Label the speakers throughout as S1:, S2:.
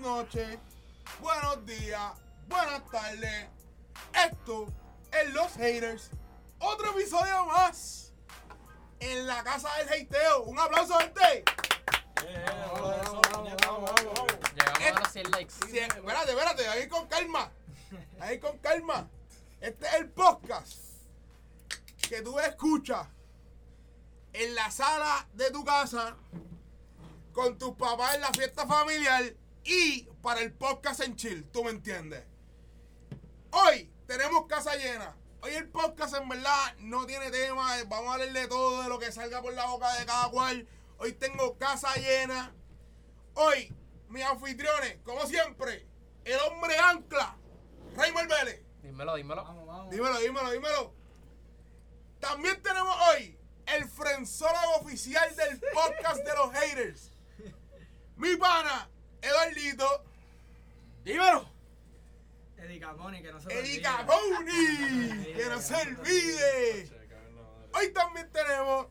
S1: noches, buenos días, buenas tardes. Esto es Los Haters. Otro episodio más en la casa del hateo. Un aplauso, gente.
S2: Llegamos a los 100 likes.
S1: Sí, espérate, espérate, ahí con calma. Ahí con calma. Este es el podcast que tú escuchas en la sala de tu casa con tus papás en la fiesta familiar y para el podcast en chill, tú me entiendes. Hoy tenemos casa llena. Hoy el podcast en verdad no tiene tema, eh, vamos a hablar de todo, de lo que salga por la boca de cada cual. Hoy tengo casa llena. Hoy, mis anfitriones, como siempre, el hombre ancla, Raymond Vélez.
S2: Dímelo, dímelo.
S1: Dímelo, dímelo, dímelo. También tenemos hoy el frenzólogo oficial del podcast de los haters. Mi pana, Eduardito. Dímelo.
S3: Edicamoni, que no se lo
S1: Eddie
S3: olvida.
S1: Caponi. Que no se olvide. Hoy también tenemos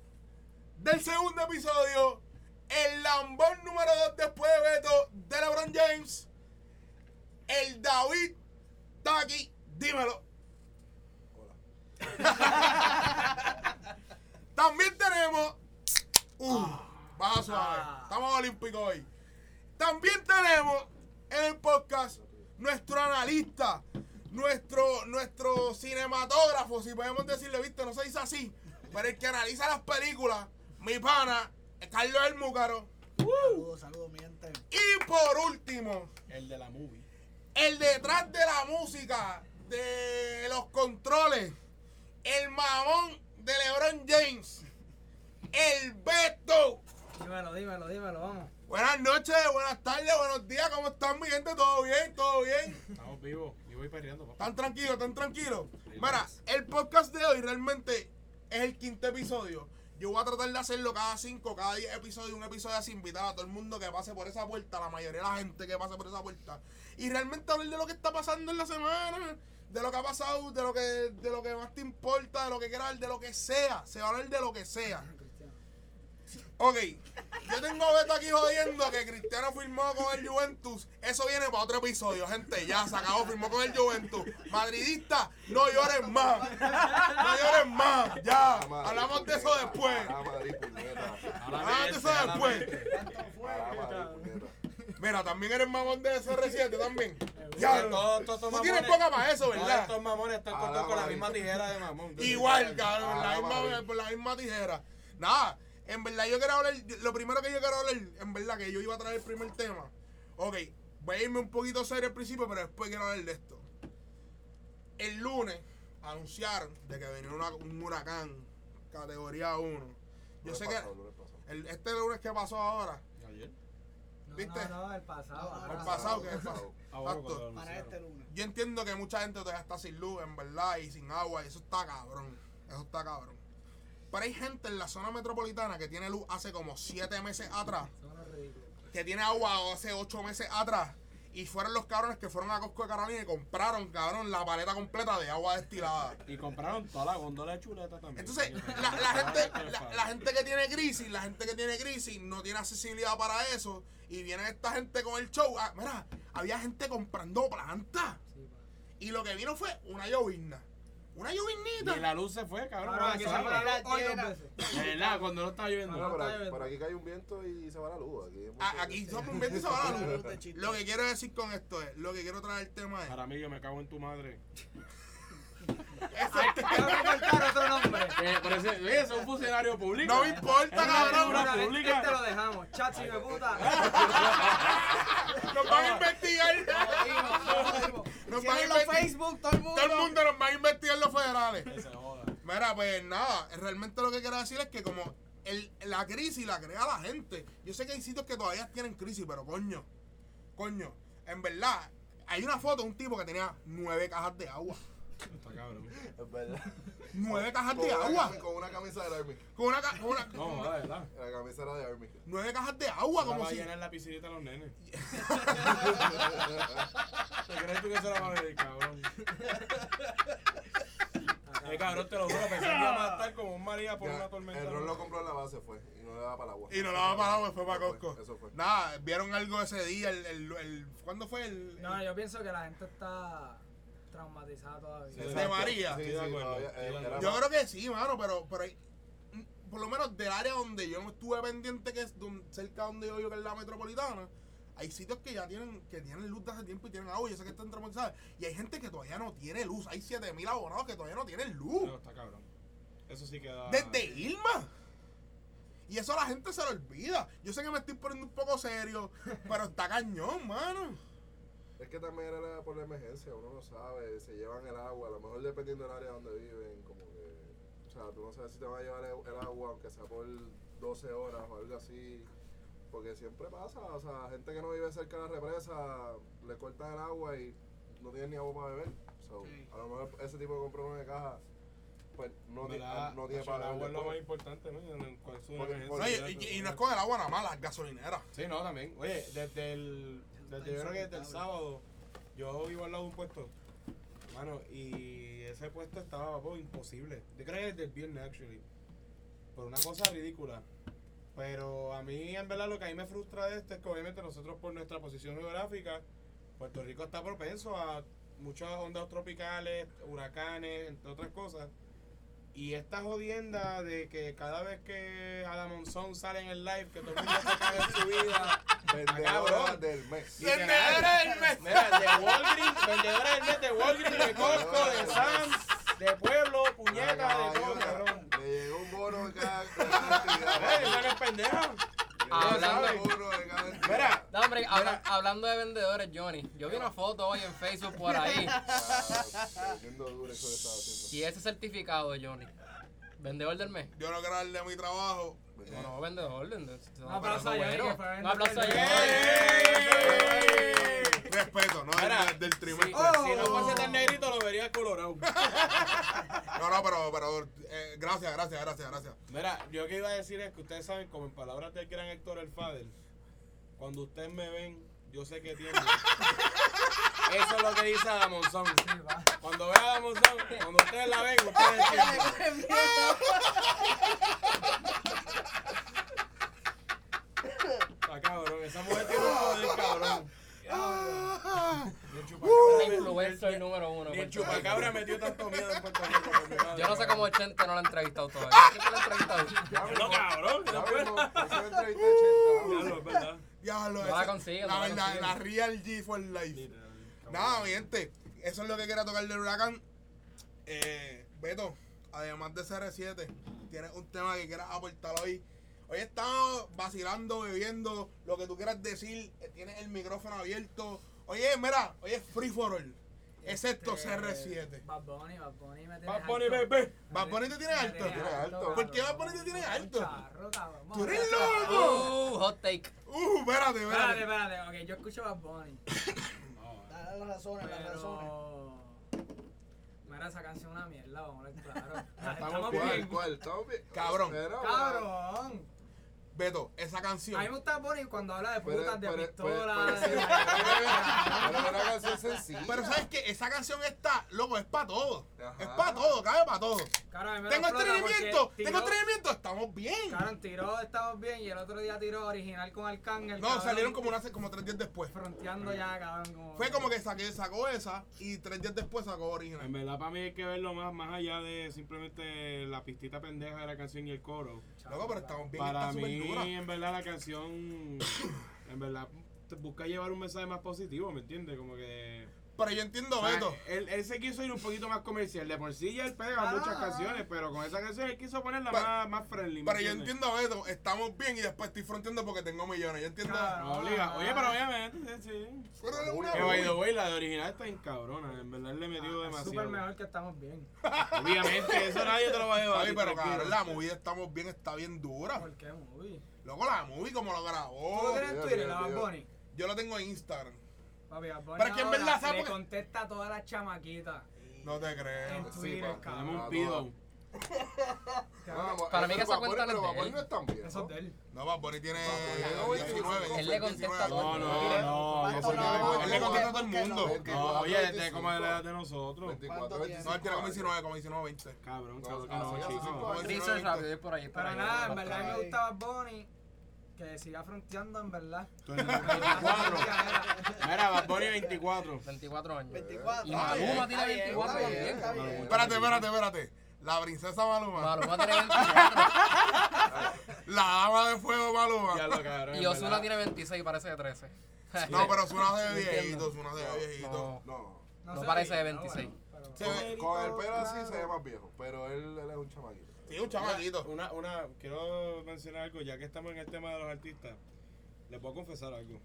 S1: del segundo episodio el lambón número 2 después de Beto de LeBron James. El David Taki. Dímelo. También tenemos. Uh, baja suave.
S3: Ah.
S1: Estamos olímpicos hoy. También tenemos en el podcast nuestro analista, nuestro, nuestro cinematógrafo, si podemos decirle, viste, no se dice así, pero el que analiza las películas, mi pana, Carlos El Múcaro.
S3: Saludos, saludos, mi gente.
S1: Y por último,
S4: El de la movie.
S1: el detrás de la música, de los controles, el mamón de LeBron James, el Beto.
S3: Dímelo, dímelo, dímelo, vamos.
S1: Buenas noches, buenas tardes, buenos días, ¿cómo están mi gente? ¿Todo bien? ¿Todo bien?
S4: Estamos vivos. Y voy perreando, papá.
S1: Tan tranquilo, tan tranquilo. Mira, el podcast de hoy realmente es el quinto episodio. Yo voy a tratar de hacerlo cada cinco, cada diez episodios, un episodio así, invitar a todo el mundo que pase por esa puerta, la mayoría de la gente que pase por esa puerta. Y realmente hablar de lo que está pasando en la semana, de lo que ha pasado, de lo que, de lo que más te importa, de lo que quieras, de lo que sea. Se va a hablar de lo que sea. Ok, yo tengo a Beto aquí jodiendo que Cristiano firmó con el Juventus. Eso viene para otro episodio, gente. Ya se acabó, firmó con el Juventus. Madridista, no llores más. No llores más. Ya, hablamos de eso después.
S5: Ah, Madrid, puñeta.
S1: Hablamos
S2: este,
S1: de eso después.
S5: Ah, Madrid, puñeta.
S1: Mira, también eres mamón de CR7 también. Ya,
S6: Ya, todos todos estos
S1: tú tienes
S6: mamones-
S1: poca para eso,
S6: todos
S1: ¿verdad?
S6: estos mamones están
S5: Ah,
S6: cortados con la
S5: Madrid.
S6: misma tijera de mamón.
S1: Igual, cabrón,
S5: Ah,
S1: la misma,
S5: vale.
S1: por la misma tijera. Nada, en verdad yo quiero hablar, lo primero que yo quiero hablar, en verdad que yo iba a traer el primer tema. Ok, voy a irme un poquito serio al principio, pero después quiero hablar de esto. El lunes anunciaron de que venía una- un huracán categoría 1. Yo
S5: No
S1: sé
S5: le
S1: que
S5: pasó, no le pasó.
S1: el- este lunes que pasó ahora,
S4: Ayer.
S3: No,
S1: ¿Viste?
S3: no, no, el pasado. ahora
S1: el
S3: pasado.
S1: pasado, que
S5: el
S1: es
S5: pasado.
S4: Ahora
S1: Exacto.
S4: Ah, cuando lo
S3: Para este
S4: anunciaron.
S3: lunes.
S1: Yo entiendo que mucha gente todavía está sin luz, en verdad, y sin agua, y eso está cabrón. Eso está cabrón. Pero hay gente en la zona metropolitana que tiene luz hace como siete meses atrás,
S3: Son los ridículos.
S1: que tiene agua hace ocho meses atrás, y fueron los cabrones que fueron a Costco de Carolina y compraron, cabrón, la paleta completa de agua destilada.
S4: Y compraron toda la góndola de chuleta también.
S1: Entonces, la, la gente, la, la gente que tiene crisis, la gente que tiene crisis no tiene accesibilidad para eso, y viene esta gente con el show. Ah, mira, había gente comprando plantas.
S3: Sí, pa.
S1: Y lo que vino fue una llovizna. Una lloviznita.
S4: Y la luz Ah, se fue, cabrón.
S3: Ahora, aquí se
S4: Esa-
S3: van a hablar hoy dos
S6: llena.
S3: veces.
S4: De verdad, cuando no estaba lloviendo.
S5: No,
S3: No,
S5: pero,
S3: está
S5: aquí-
S3: lloviendo.
S5: pero aquí cae un viento y se va la luz. Aquí, es
S1: A- Ah, aquí
S5: mucho-
S1: somos un viento y se va
S6: este
S1: la luz. Lo que quiero decir con esto es, lo que quiero traer el tema es.
S4: Para mí, yo me cago en tu madre.
S1: Eso es-
S3: Tengo que cortar otro nombre.
S4: Eh, pero ese, eh, ese es un funcionario público.
S1: no me importa,
S4: Es una
S1: cabrón.
S4: figura pública.
S3: Este lo dejamos. Chat, si me puta.
S1: Nos van a investigar. Nos van a
S6: en
S1: investigar.
S6: Facebook, todo el
S1: Todo el mundo nos va a investigar los federales.
S4: Que se joda.
S1: Mira, pues nada, realmente lo que quiero decir es que como el, la crisis la crea la gente. Yo sé que hay sitios que todavía tienen crisis, pero coño, coño, en verdad, hay una foto de un tipo que tenía nueve cajas de agua.
S4: Está cabrón.
S5: Es verdad.
S1: Nueve cajas
S5: Con
S1: de
S5: una
S1: agua.
S5: cami- Con una camisa del Army.
S1: Con una, ca- con una-
S4: No, joda, de verdad.
S5: La camisa era de Army.
S1: nueve cajas de agua,
S4: Como
S1: como
S4: va a
S1: si.
S4: llenar la piscinita a los nenes. ¿Te crees tú que se la va a ver, cabrón? Eh, cabrón, te lo juro, pensé que iba a estar como un María por una tormenta.
S5: el ron lo compró en la base, fue. Y no le daba para el agua.
S1: Y no la va para fue para
S5: Eso fue,
S1: Costco.
S5: Eso fue.
S1: Nada, vieron algo ese día, el, el, el- ¿cuándo fue el?
S3: No, yo pienso que la gente está traumatizada todavía.
S4: Sí.
S1: de María.
S5: Sí, sí,
S4: Estoy de acuerdo,
S5: todavía,
S4: estoy de
S5: eh,
S4: acuerdo.
S5: era
S1: Yo
S5: más-
S1: creo que sí, mano, pero, pero hay- mm, por lo menos del área donde yo no estuve pendiente, que es don- cerca donde yo vivo, que es la metropolitana, hay sitios que ya tienen, que tienen luz de hace tiempo y tienen agua, yo sé que están traumatizados. Y hay gente que todavía no tiene luz, hay 7000 abonados que todavía no tienen luz.
S4: No, está cabrón. Eso sí queda.
S1: Desde Irma. Y eso a la gente se le olvida. Yo sé que me estoy poniendo un poco serio, pero está cañón, mano.
S5: Es que también era por la emergencia, uno no sabe, se llevan el agua, a lo mejor dependiendo del área donde viven, como que, o sea, tú no sabes si te van a llevar el, el agua, aunque sea por 12 horas o algo así, porque siempre pasa, o sea, gente que no vive cerca de la represa, le cortan el agua y no tienen ni agua para beber, so,
S1: Sí.
S5: a lo mejor ese tipo de compromiso de caja, pues no, ti-
S4: ¿Verdad?
S5: no tiene
S4: Nacho, el
S5: para
S4: agua
S5: beber
S4: es lo más
S5: después.
S4: importante, ¿no? En el cual su
S5: Porque- porque-
S4: emergencia.
S1: No, y, y- y no es con el agua nada más, las gasolineras.
S4: Sí, no, también. Oye, desde el. Desde yo creo que desde el sábado, yo vivo al lado de un puesto. Mano, y ese puesto estaba, papo, imposible. Yo creo que desde el viernes, actually. Por una cosa ridícula. Pero a mí, en verdad, lo que a mí me frustra de esto es que, obviamente, nosotros, por nuestra posición geográfica, Puerto Rico está propenso a muchas ondas tropicales, huracanes, entre otras cosas. Y esta jodienda de que cada vez que Adam Monzón sale en el live, que todo el mundo se caga en su vida.
S5: Vendedora
S4: cabrón.
S5: del mes.
S4: Literal.
S1: Vendedora del mes.
S4: Mira, de Walgreens, vendedora del mes, de Walgreens, de Costco, de Sam's, de Pueblo, puñeta, de todo, cabrón.
S5: Le llegó un bono de cada
S4: Eh,
S5: cantidad.
S4: no eres pendejo. Ah,
S5: Hablando.
S2: Hablando-
S4: eh, Mira,
S2: No, hombre, habla- hablando de vendedores, Johnny, yo vi una foto hoy en Facebook por ahí. Y ese certificado, Johnny. Vendedor del mes.
S1: Yo no quiero darle mi trabajo.
S2: No, no, vendedor. vendedor.
S3: Un aplauso a Johnny, que fue
S2: Un aplauso a
S3: vendedor.
S4: ¡Ey!
S2: Johnny.
S1: Respeto, no
S4: Mira,
S1: del, del trimestre.
S3: Oh.
S4: si no fuese tan negrito, lo vería colorado.
S1: No, no, pero, pero eh, gracias, gracias, gracias, gracias.
S4: Mira, yo que iba a decir es que ustedes saben, como en palabras del gran Héctor El Fader, cuando ustedes me ven, yo sé que tienen. Eso es lo que dice Adam Monzón.
S3: Sí, va.
S4: Cuando vean a Adam Monzón, cuando ustedes la ven, ustedes tienen. Ah, cabrón, esa mujer tiene un poder, cabrón. Ni el
S2: Una
S4: chupacabra,
S2: influencer número uno.
S4: ni el
S2: Puerto
S4: chupacabra metió tanto miedo en Puerto Rico. por mi
S2: Rico.
S4: madre,
S2: Yo no sé
S4: cabrón.
S2: cómo 80 no la ha entrevistado todavía. ¿Quién te la ha entrevistado?
S4: No, cabrón, no puede. Diablo, es verdad.
S1: Diablo,
S2: No
S1: esa-
S2: la consigue, no
S1: la
S2: la
S1: verdad,
S2: consigue.
S1: la Real G for Life. Nada, mi gente, eso es lo que quería tocar del huracán. Eh, Beto, además de CR7, tienes un tema que quieras aportar hoy. Hoy estamos vacilando, bebiendo, lo que tú quieras decir, eh, tienes el micrófono abierto. Oye, mira, hoy es free for all, excepto
S3: Este,
S1: CR7.
S3: Bad Bunny, Bad Bunny me tiene
S4: Bad Bunny,
S3: alto.
S4: bebé.
S1: Bad Bunny te tiene
S3: Me
S1: alto.
S5: alto.
S1: ¿Por qué Bad Bunny te
S3: cabrón?
S1: tiene
S3: Un
S1: alto?
S3: charro, cabrón.
S1: ¡Tú eres
S3: Vamos.
S1: loco!
S2: Uh, hot take.
S1: Uh, espérate, espérate.
S3: Espérate, espérate, ok, yo escucho Bad Bunny.
S6: Dale las razones, las razones.
S3: Pero. Mira, esa canción es una mierda, vamos a hablar claro.
S4: Estamos
S5: ¿Cuál? ¿Cuál? ¿Estamos bien?
S1: Cabrón.
S5: Pero,
S3: Cabrón.
S1: Beto, esa
S3: A mí me
S1: canción.
S3: gusta Bonnie cuando habla de
S5: pero-
S3: putas, de
S5: pero-
S3: pistolas.
S5: pero-
S3: de-
S5: pero- pero una canción sencilla.
S1: Pero sabes que esa canción está, loco, es para todo.
S5: Ajá.
S1: Es para todo, cabe para todo.
S3: Cabrón, a mí me
S1: Tengo
S3: explota porque
S1: entrenamiento,
S3: tiró-
S1: tengo entrenamiento, estamos bien.
S3: Cabrón, tiró, estamos bien, y el otro día tiró original con Arcángel.
S1: No,
S3: cabrón,
S1: salieron como, una, como tres días después.
S3: Fronteando ya, cabrón. Como...
S1: Fue como que saqué, sacó esa y tres días después sacó
S4: En
S1: original.
S4: verdad, para mí hay que verlo más, más allá de simplemente la pistita pendeja de la canción y el coro.
S1: Loco, pero estamos bien,
S4: Para
S1: está súper dura.
S4: mí, en verdad, la canción, en verdad, te busca llevar un mensaje más positivo, ¿me entiendes? Como que...
S1: Pero yo entiendo,
S4: o sea,
S1: Beto.
S4: él, él se quiso ir un poquito más comercial. De por sí ya él pega
S3: Ah.
S4: muchas canciones, pero con esa canción él quiso ponerla
S1: Pero-
S4: más, más friendly. ¿me
S1: Pero yo
S4: entiendes?
S1: entiendo, Beto, estamos bien y después estoy fronteando porque tengo millones. Yo entiendo.
S3: Claro.
S4: No, obliga. Oye, pero obviamente, sí. sí.
S1: Pero es una
S4: Que by the
S1: bulla.
S4: way, la de original está en cabrona. En verdad, él le metió
S3: Ah, es Súper
S4: demasiado.
S3: mejor que estamos bien.
S4: Obviamente, eso nadie te lo va a llevar.
S1: Ay, pero cabrón, la movie estamos bien, está bien dura.
S3: ¿Por qué, movie?
S1: Loco, la movie como lo
S3: ¿Tú lo
S1: grabó.
S3: tienes en
S5: Dios,
S3: Twitter,
S5: Dios,
S3: la Bad
S5: Dios.
S3: Bunny?
S1: Yo lo tengo en Instagram.
S3: Papi, Bad Bunny
S1: Pero es que en
S3: ahora
S1: verdad, ¿sabes
S3: le
S1: por qué?
S3: contesta a todas las chamaquitas.
S1: No te creo.
S3: En
S5: Sí,
S3: Twitter,
S5: pa,
S3: cabrón.
S4: Tenemos un pido.
S1: Ah,
S2: Para mí que esa cuenta no es de él.
S5: no es tan viejo.
S3: Eso es de él.
S1: No, Bad Bunny tiene
S5: Bad Bunny,
S1: 19.
S2: Él le contesta a todo
S4: No,
S2: el
S4: no,
S2: mundo.
S4: no. no,
S6: no,
S4: porque-
S6: no,
S4: él
S1: le
S5: ¿Por
S1: contesta
S5: qué?
S1: a todo el
S5: ¿Por qué
S1: mundo.
S5: ¿Por qué?
S4: No,
S5: 24,
S4: oye, desde como de la edad
S5: 25.
S4: de nosotros.
S5: 24,
S6: ¿Cuánto
S5: 25.
S1: No, él tiene como 19, como 19, 20.
S4: Cabrón,
S5: No,
S4: cabrón,
S5: ah,
S4: no,
S5: sí, hace
S4: chico.
S5: cinco años.
S2: Research rápido, es por ahí. es por
S3: Pero
S2: ahí.
S3: nada, en
S2: Vamos
S3: verdad
S2: atrás.
S3: me gustaba Bonnie. Que siga fronteando, en verdad.
S4: Tú eres 24. Mira, Bad Bunny 24.
S2: 24 años.
S6: 24.
S2: Y
S1: Ah, bien,
S2: Maluma tiene
S6: está bien,
S2: 24
S6: está bien,
S2: también.
S6: está bien.
S4: Maluma.
S1: Espérate, espérate, espérate. La princesa Maluma.
S2: Maluma tiene 24.
S1: La dama de fuego
S4: Ya
S1: Maluma.
S4: lo cabrón.
S2: Y
S4: en verdad.
S2: Osuna tiene 26, parece de 13.
S1: No, pero Osuna se ve
S2: Entiendo.
S1: viejito, Osuna se
S5: No,
S1: ve viejito.
S2: no.
S5: No.
S2: No
S3: sé,
S2: parece de
S3: bueno,
S2: 26.
S3: pero-
S1: Se ve-
S5: Con, con el pelo así se ve más viejo, pero él, él es un chamaquito.
S1: Sí, un chamaquito.
S4: Una, una, quiero mencionar algo, ya que estamos en el tema de los artistas, les voy a confesar algo.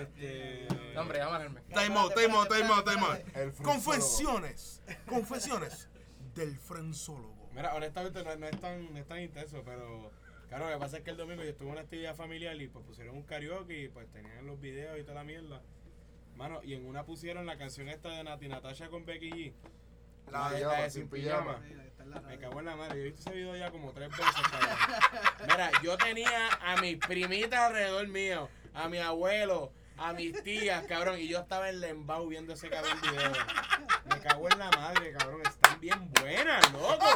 S4: Este,
S2: No, hombre, ya manerme.
S1: Time out, time out, time out, time out.
S5: El frenzólogo.
S1: Confesiones. Confesiones del frenzólogo.
S4: Mira, honestamente no, no es tan, no es tan intenso, pero claro, lo que pasa es que el domingo yo estuve en una actividad familiar y pues pusieron un karaoke y pues tenían los videos y toda la mierda. Mano, y en una pusieron la canción esta de Nati Natasha con Becky G.
S5: La
S4: de-
S5: pijama,
S4: de
S5: sin
S4: Sin
S5: pijama.
S4: Pijama.
S6: Está en la
S4: Me
S6: radio.
S4: cago en la madre, yo he visto ese video ya como tres veces. cabrón. Mira, yo tenía a mis primitas alrededor mío, a mi abuelo, a mis tías, cabrón, y yo estaba en Lembau viendo ese cabrón video. Me cago en la madre, cabrón, están bien buenas, loco.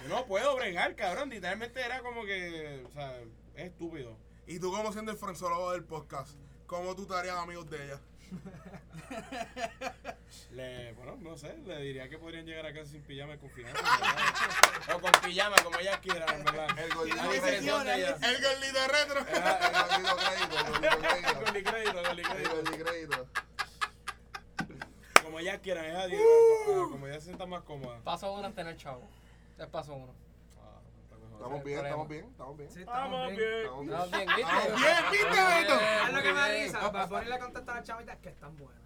S4: Yo no puedo bregar, cabrón, literalmente era como que, o sea, es estúpido.
S1: Y tú, como siendo el frenzólogo del podcast, ¿cómo tú te harías amigos de ella?
S4: Le, bueno, no sé, le diría que podrían llegar acá sin pijama y con pijama. ¿verdad? O con pijama, como ellas quieran, en ¿verdad?
S5: El gordito
S4: La diferencia de ellas.
S1: El girly de retro.
S5: Ah, El gordito crédito, el gordito crédito.
S4: Con el crédito, con el
S5: El
S4: crédito.
S5: gordito crédito.
S4: Como ellas quieran, ellas digan,
S1: Uh.
S4: ah, como ellas se sientan más cómodas.
S2: Paso uno es tener chavo. Es paso uno.
S4: Ah, está mejor.
S5: Estamos bien, estamos bien, estamos bien.
S3: Sí,
S4: Estamos
S3: estamos
S4: bien.
S3: bien.
S5: Estamos bien.
S2: Estamos bien, ¿viste?
S1: Estamos bien, ¿viste, Beto?
S3: Es lo que me da
S2: Muy bien.
S3: risa. Para ponerle contestar a las chamitas que están buenas.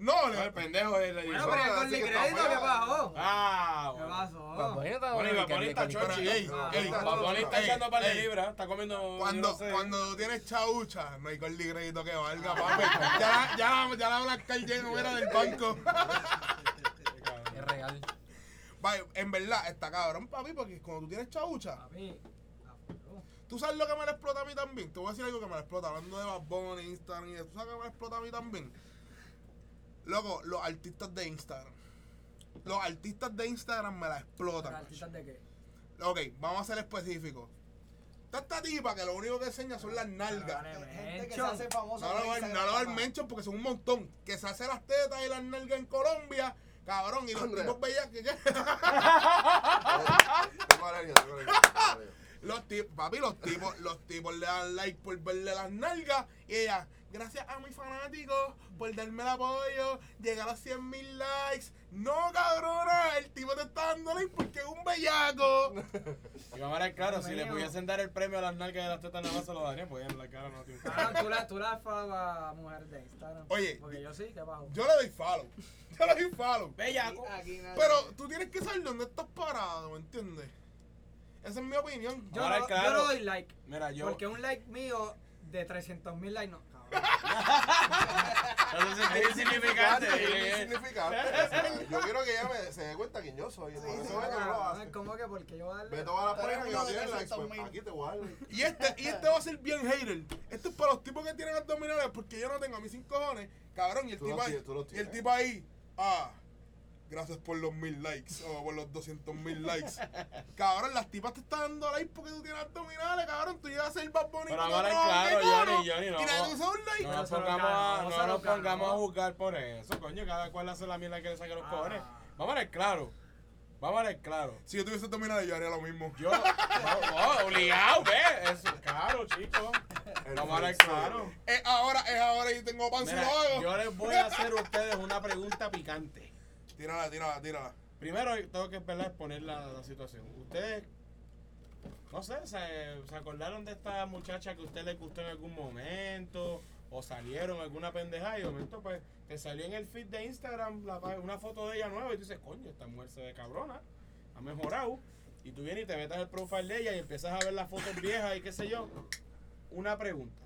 S1: No,
S4: Ah, el
S1: le-
S4: pendejo es la
S3: Bueno,
S5: Bueno,
S3: pero
S5: así
S3: con el
S5: que está
S3: crédito, ¿qué
S5: buena.
S3: pasó?
S4: Ah,
S2: Bad
S3: ¿Qué
S4: bueno.
S2: Bunny
S3: pasó?
S2: Pues, no está
S4: Bueno, y Bad
S2: ni-
S4: Bunny
S2: ni-
S4: está
S2: ni-
S1: pero,
S4: chochi.
S1: ey,
S3: Ah,
S1: ey,
S5: está
S4: Bad Bunny está
S1: ey,
S4: echando par de
S1: ey.
S4: libras, está comiendo.
S1: Cuando,
S4: yo no sé.
S1: cuando tienes chaucha, no hay girly crédito que valga, papi. Ya, ya, la- ya la Black Card lleno era del banco.
S4: Qué cabrón.
S2: Es real.
S1: Vaya, en verdad, está cabrón, papi, porque cuando tú tienes chaucha,
S3: Papi, a fuego.
S1: tú sabes lo que me la explota a mí también. Te voy a decir algo que me la explota, hablando de Bad Bunny, Instagram y eso. ¿Tú sabes que me la explota a mí también? Loco, los artistas de Instagram. Los artistas de Instagram me la
S3: ¿Los
S1: explotan.
S3: artistas de qué?
S1: Ok, vamos a ser específicos. Está esta tipa que lo único que enseña son las nalgas.
S3: Pero, vale,
S6: Gente que se
S3: mention.
S6: hace famosa.
S1: No
S6: por
S1: lo voy,
S6: Instagram,
S1: no lo voy
S6: papá.
S1: mention porque son un montón. Que se hace las tetas y las nalgas en Colombia. Cabrón, y los
S5: Andrea.
S1: tipos veían que...
S5: Tengo alergia, tengo alergia, tengo alergia.
S1: Los tipos, papi, los tipos, los tipos le dan like por verle las nalgas y ella, gracias a mis fanáticos por darme el apoyo, llegar a 100 mil likes. No, cabrona, el tipo te está dando like porque es un bellaco.
S4: Y vamos a ver, claro, si le
S3: Bienvenido.
S4: pudiesen dar el premio a las nalgas de las tetas, nada más se lo darían, pues ya en la cara no tiene
S3: Ah, no, tú la, tú la follow a mujer de Instagram.
S1: Oye,
S3: Porque yo sí, ¿qué pasó?
S1: Yo le doy follow, yo le doy follow.
S4: Bellaco.
S3: ah.
S6: Aquí nadie-
S1: Pero tú tienes que saber dónde estás parado, ¿me entiendes? Esa es mi opinión.
S3: Yo,
S4: Ahora,
S3: no,
S4: claro.
S3: yo no doy like.
S4: Mira, yo.
S3: Porque un like mío de 300 mil likes no. cabrón.
S4: Eso se siente insignificante.
S5: Es
S4: eh.
S5: insignificante. o sea, Yo quiero que ella me- se dé cuenta quién yo soy. Por
S6: sí,
S5: eso
S6: sí,
S5: es que no lo
S3: Ah,
S5: hace.
S3: ¿Cómo que porque yo voy a darle?
S5: Beto va a la pareja y no
S6: Pero
S5: tiene
S6: no,
S5: likes. pues,
S6: 300.000.
S5: Aquí te voy a dar like.
S1: Y este, y este va a ser bien hater. Este es para los tipos que tienen abdominales porque yo no tengo a mis cinco cojones, cabrón. Y el
S5: Tú
S1: tipo
S5: los
S1: ahí,
S5: tienes, tú los
S1: y el
S5: tienes.
S1: tipo ahí, ah, gracias por los mil likes o por los doscientos mil likes. Cabrón, las tipas te están dando like porque tú tienes abdominales, cabrón. Tú llegas a ser más bonito.
S4: Pero ahora, claro, Johnny, Johnny, no.
S1: Y nadie te usa un like.
S4: No nos
S3: se lo
S4: pongamos, a-
S3: ganó,
S4: no
S3: se
S4: nos
S3: lo ganó.
S4: pongamos a juzgar por eso, coño. Cada cual hace la mierda que le saque los
S3: Ah.
S4: cojones. Vamos a ver claro. Vamos a ver claro.
S1: Si yo tuviese abdominales, yo haría lo mismo.
S4: Yo, no, no, obligado, ve. Eso es caro, chicos.
S5: El
S4: Vamos a ver
S5: frenzólogo.
S4: claro.
S1: Es ahora, es ahora y tengo pan si lo
S4: Mira,
S1: hago.
S4: yo les voy a hacer a ustedes una pregunta picante.
S1: Tírala, tírala, tírala.
S4: Primero tengo que ¿verdad? exponer la, la situación. Ustedes, no sé, ¿se, se acordaron de esta muchacha que a usted le gustó en algún momento? ¿O salieron alguna pendejada? Y de momento, pues, te salió en el feed de Instagram la pa- una foto de ella nueva y tú dices, coño, esta mujer se ve cabrona, ha mejorado. Y tú vienes y te metes al profile de ella y empiezas a ver las fotos viejas y qué sé yo. Una pregunta.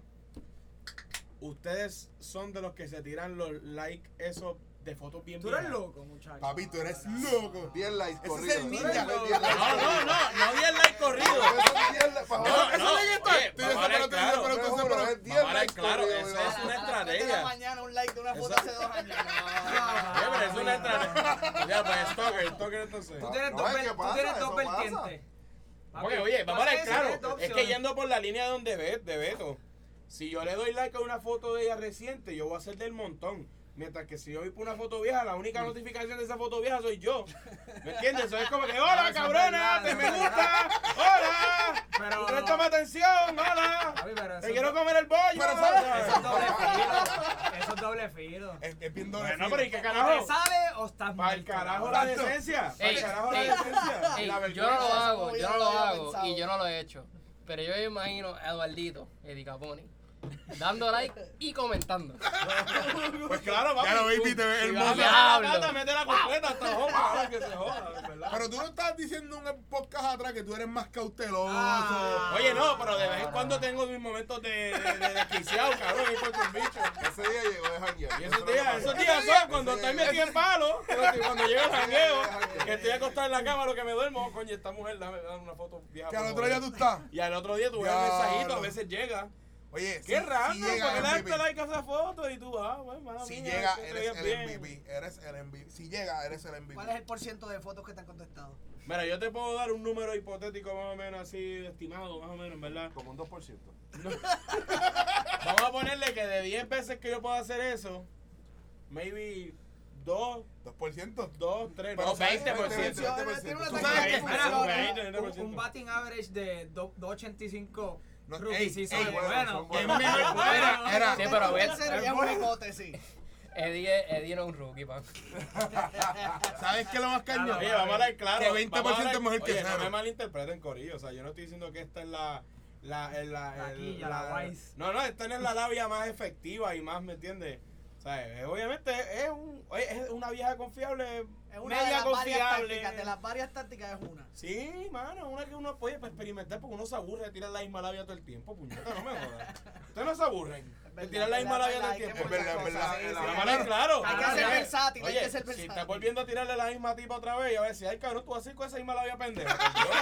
S4: ustedes son de los que se tiran los likes esos de fotos bien
S3: Tú eres
S4: viejas.
S3: loco, muchacho.
S1: Papi, tú eres
S3: Ahora,
S1: loco.
S5: 10 likes
S1: Ese es
S5: corridos.
S1: el
S5: Dale,
S1: ninja.
S5: 10 likes.
S4: No, no, no, no bien like corrido.
S5: Esos 10 likes, para
S4: No,
S5: joder,
S4: no,
S1: ley está-
S4: oye,
S1: tú
S4: vamos a
S1: dices,
S4: hablar
S1: pero tú dices, pero
S4: claro.
S1: tú
S5: te
S1: dices,
S5: juro,
S1: pero-
S5: es 10
S4: Vamos a hablar
S5: likes
S4: claro,
S5: corridos,
S4: eso
S5: ¿verdad?
S6: A las
S4: es una
S6: cuatro de
S4: estrategia.
S6: la mañana un like de una foto
S4: Eso-
S6: hace dos años.
S3: Ah,
S4: Sí, pero es una estrategia. Ya, pues stalker, stalker entonces.
S3: Tú tienes
S5: No,
S3: dos,
S5: es
S3: ver-
S5: que
S3: tú
S5: pasa,
S3: tienes
S5: eso
S3: dos
S5: pasa.
S3: vertientes. Papi,
S4: Oye, oye, vamos
S3: pasa
S4: a hablar
S3: eso, tienes
S4: claro.
S3: dos
S4: Es que
S3: opciones.
S4: yendo por la línea donde Bet- de Beto, si yo le doy like a una foto de ella reciente, yo voy a ser del montón. Mientras que si yo voy por una foto vieja, la única notificación de esa foto vieja soy yo. ¿Me entiendes? Eso es como que,
S3: No,
S4: hola,
S3: eso es
S4: cabrona,
S3: verdad,
S4: te
S3: eso
S4: me
S3: es
S4: gusta, hola,
S3: Pero-
S4: préstame atención, hola,
S3: Papi, pero eso
S4: te
S3: es
S4: quiero
S3: do-
S4: comer el bollo.
S1: Pero eso-
S4: hola".
S3: Eso es doble filo. Eso es doble filo.
S1: Es, es bien doble
S4: Bueno,
S1: filo.
S4: pero ¿y qué
S3: O te
S4: carajo?
S3: sale o estás
S4: Para el
S3: muerto,
S4: carajo la
S3: cabrón.
S4: decencia. Para el
S2: Ey,
S4: carajo la
S2: ey,
S4: decencia.
S2: Ey, yo
S4: La
S2: no
S4: vergüenza.
S2: lo hago,
S6: como
S2: yo
S6: yo
S2: no
S6: no
S2: lo
S6: lo había
S2: hago
S6: pensado.
S2: y yo no lo he hecho. Pero yo me imagino a Eduardito, Eddie Caponi, dando like y comentando.
S4: Pues claro, papi.
S1: Ya lo
S4: tú-
S1: baby, te ves
S4: si
S1: hermoso.
S4: vas a meter la
S2: Diablo.
S4: pata, mete la completa hasta joda, ahora que se joda, ¿verdad?
S1: Pero tú no estás diciendo en el podcast atrás que tú eres más cauteloso.
S3: Ah.
S4: Oye, no, pero de vez en cuando tengo mis momentos de, de, de desquiciado, cabrón, y por un bicho.
S5: Ese día llegó de janguear.
S4: Y
S5: Eso
S4: esos
S5: es lo que
S4: días,
S5: pasa.
S4: esos días son cuando estoy metido en palo, cuando cuando llega el jangueo, que estoy acostado en la cama, lo que me duermo, coño, esta mujer dame dame una foto vieja.
S1: Que al
S4: por
S1: otro
S4: favor.
S1: día tú estás.
S4: Y al otro día tú ves el
S1: Diablo.
S4: mensajito, a veces llega.
S1: Oye,
S4: Qué
S1: si-
S4: raro,
S1: si
S4: ¿por
S1: llega
S4: qué le
S1: el
S4: diste
S1: MVP.
S4: like a esa foto? Y tú, ah, bueno, mala
S1: Si
S4: mía,
S1: llega,
S4: que te
S1: eres
S4: veas
S1: el
S4: bien.
S1: MVP. Eres el MVP. Si llega, eres el MVP.
S6: ¿Cuál es el porciento de fotos que te han contestado?
S4: Mira, yo te puedo dar un número hipotético más o menos así, estimado, más o menos, ¿verdad?
S5: Como un 2%.
S4: Vamos a ponerle que de 10 veces que yo pueda hacer eso, maybe 2,
S1: 2%.
S4: 2, 3,
S1: Pero
S4: no,
S1: ¿sabes?
S4: 20%.
S6: Tiene un
S5: Tú
S1: sabes
S6: ataque
S1: que-
S6: de confusión.
S4: Espera, güey.
S3: Un, un batting average de do- 285.
S1: No,
S3: rookies,
S1: ey,
S3: sí,
S1: ey,
S3: son
S5: bueno,
S3: buenos.
S5: son
S3: Es
S5: buenos.
S3: muy
S4: Era-
S3: bueno.
S1: era-
S2: Sí,
S6: Este
S2: pero
S6: es un
S2: ve-
S6: tercero y es un bigote, sí.
S2: Eddie, es- Eddie no es un rookie, pa.
S1: ¿Sabes qué es lo más cañón?
S4: Oye, vamos a hablar claro.
S1: Que 20%
S4: vamos a hablar-
S1: es mejor que
S4: Oye,
S1: cero.
S4: No me malinterpreten, Corillo. O sea, yo no estoy diciendo que esta es la. La, el- la,
S3: La
S4: el-
S3: quilla, la vice.
S4: No, no, esta no es la labia más efectiva y más, ¿me entiendes? O sea, es- obviamente es, un, oye, es una vieja confiable,
S6: Es una de
S4: media
S6: las varias
S4: confiable.
S6: tácticas. De las varias tácticas es una.
S4: Sí, mano, una que uno puede experimentar porque uno se aburre de tirar la misma labia todo el tiempo, puñeta, no me jodas. Ustedes no se aburren de
S6: verdad,
S4: tirar la
S6: es
S4: misma
S6: verdad,
S4: labia todo el
S6: hay que
S4: tiempo.
S1: Es verdad, es verdad, es
S4: Pero
S1: verdad.
S4: vamos a hablar claro.
S6: Hay que
S4: Claro,
S6: ser
S4: oye,
S6: versátil, hay
S4: oye,
S6: que ser
S4: Si
S6: versátil.
S4: estás volviendo a tirarle la misma tipa otra vez, y a ver si, ay, cabrón, tú vas a ir con esa misma labia pendeja. por Dios.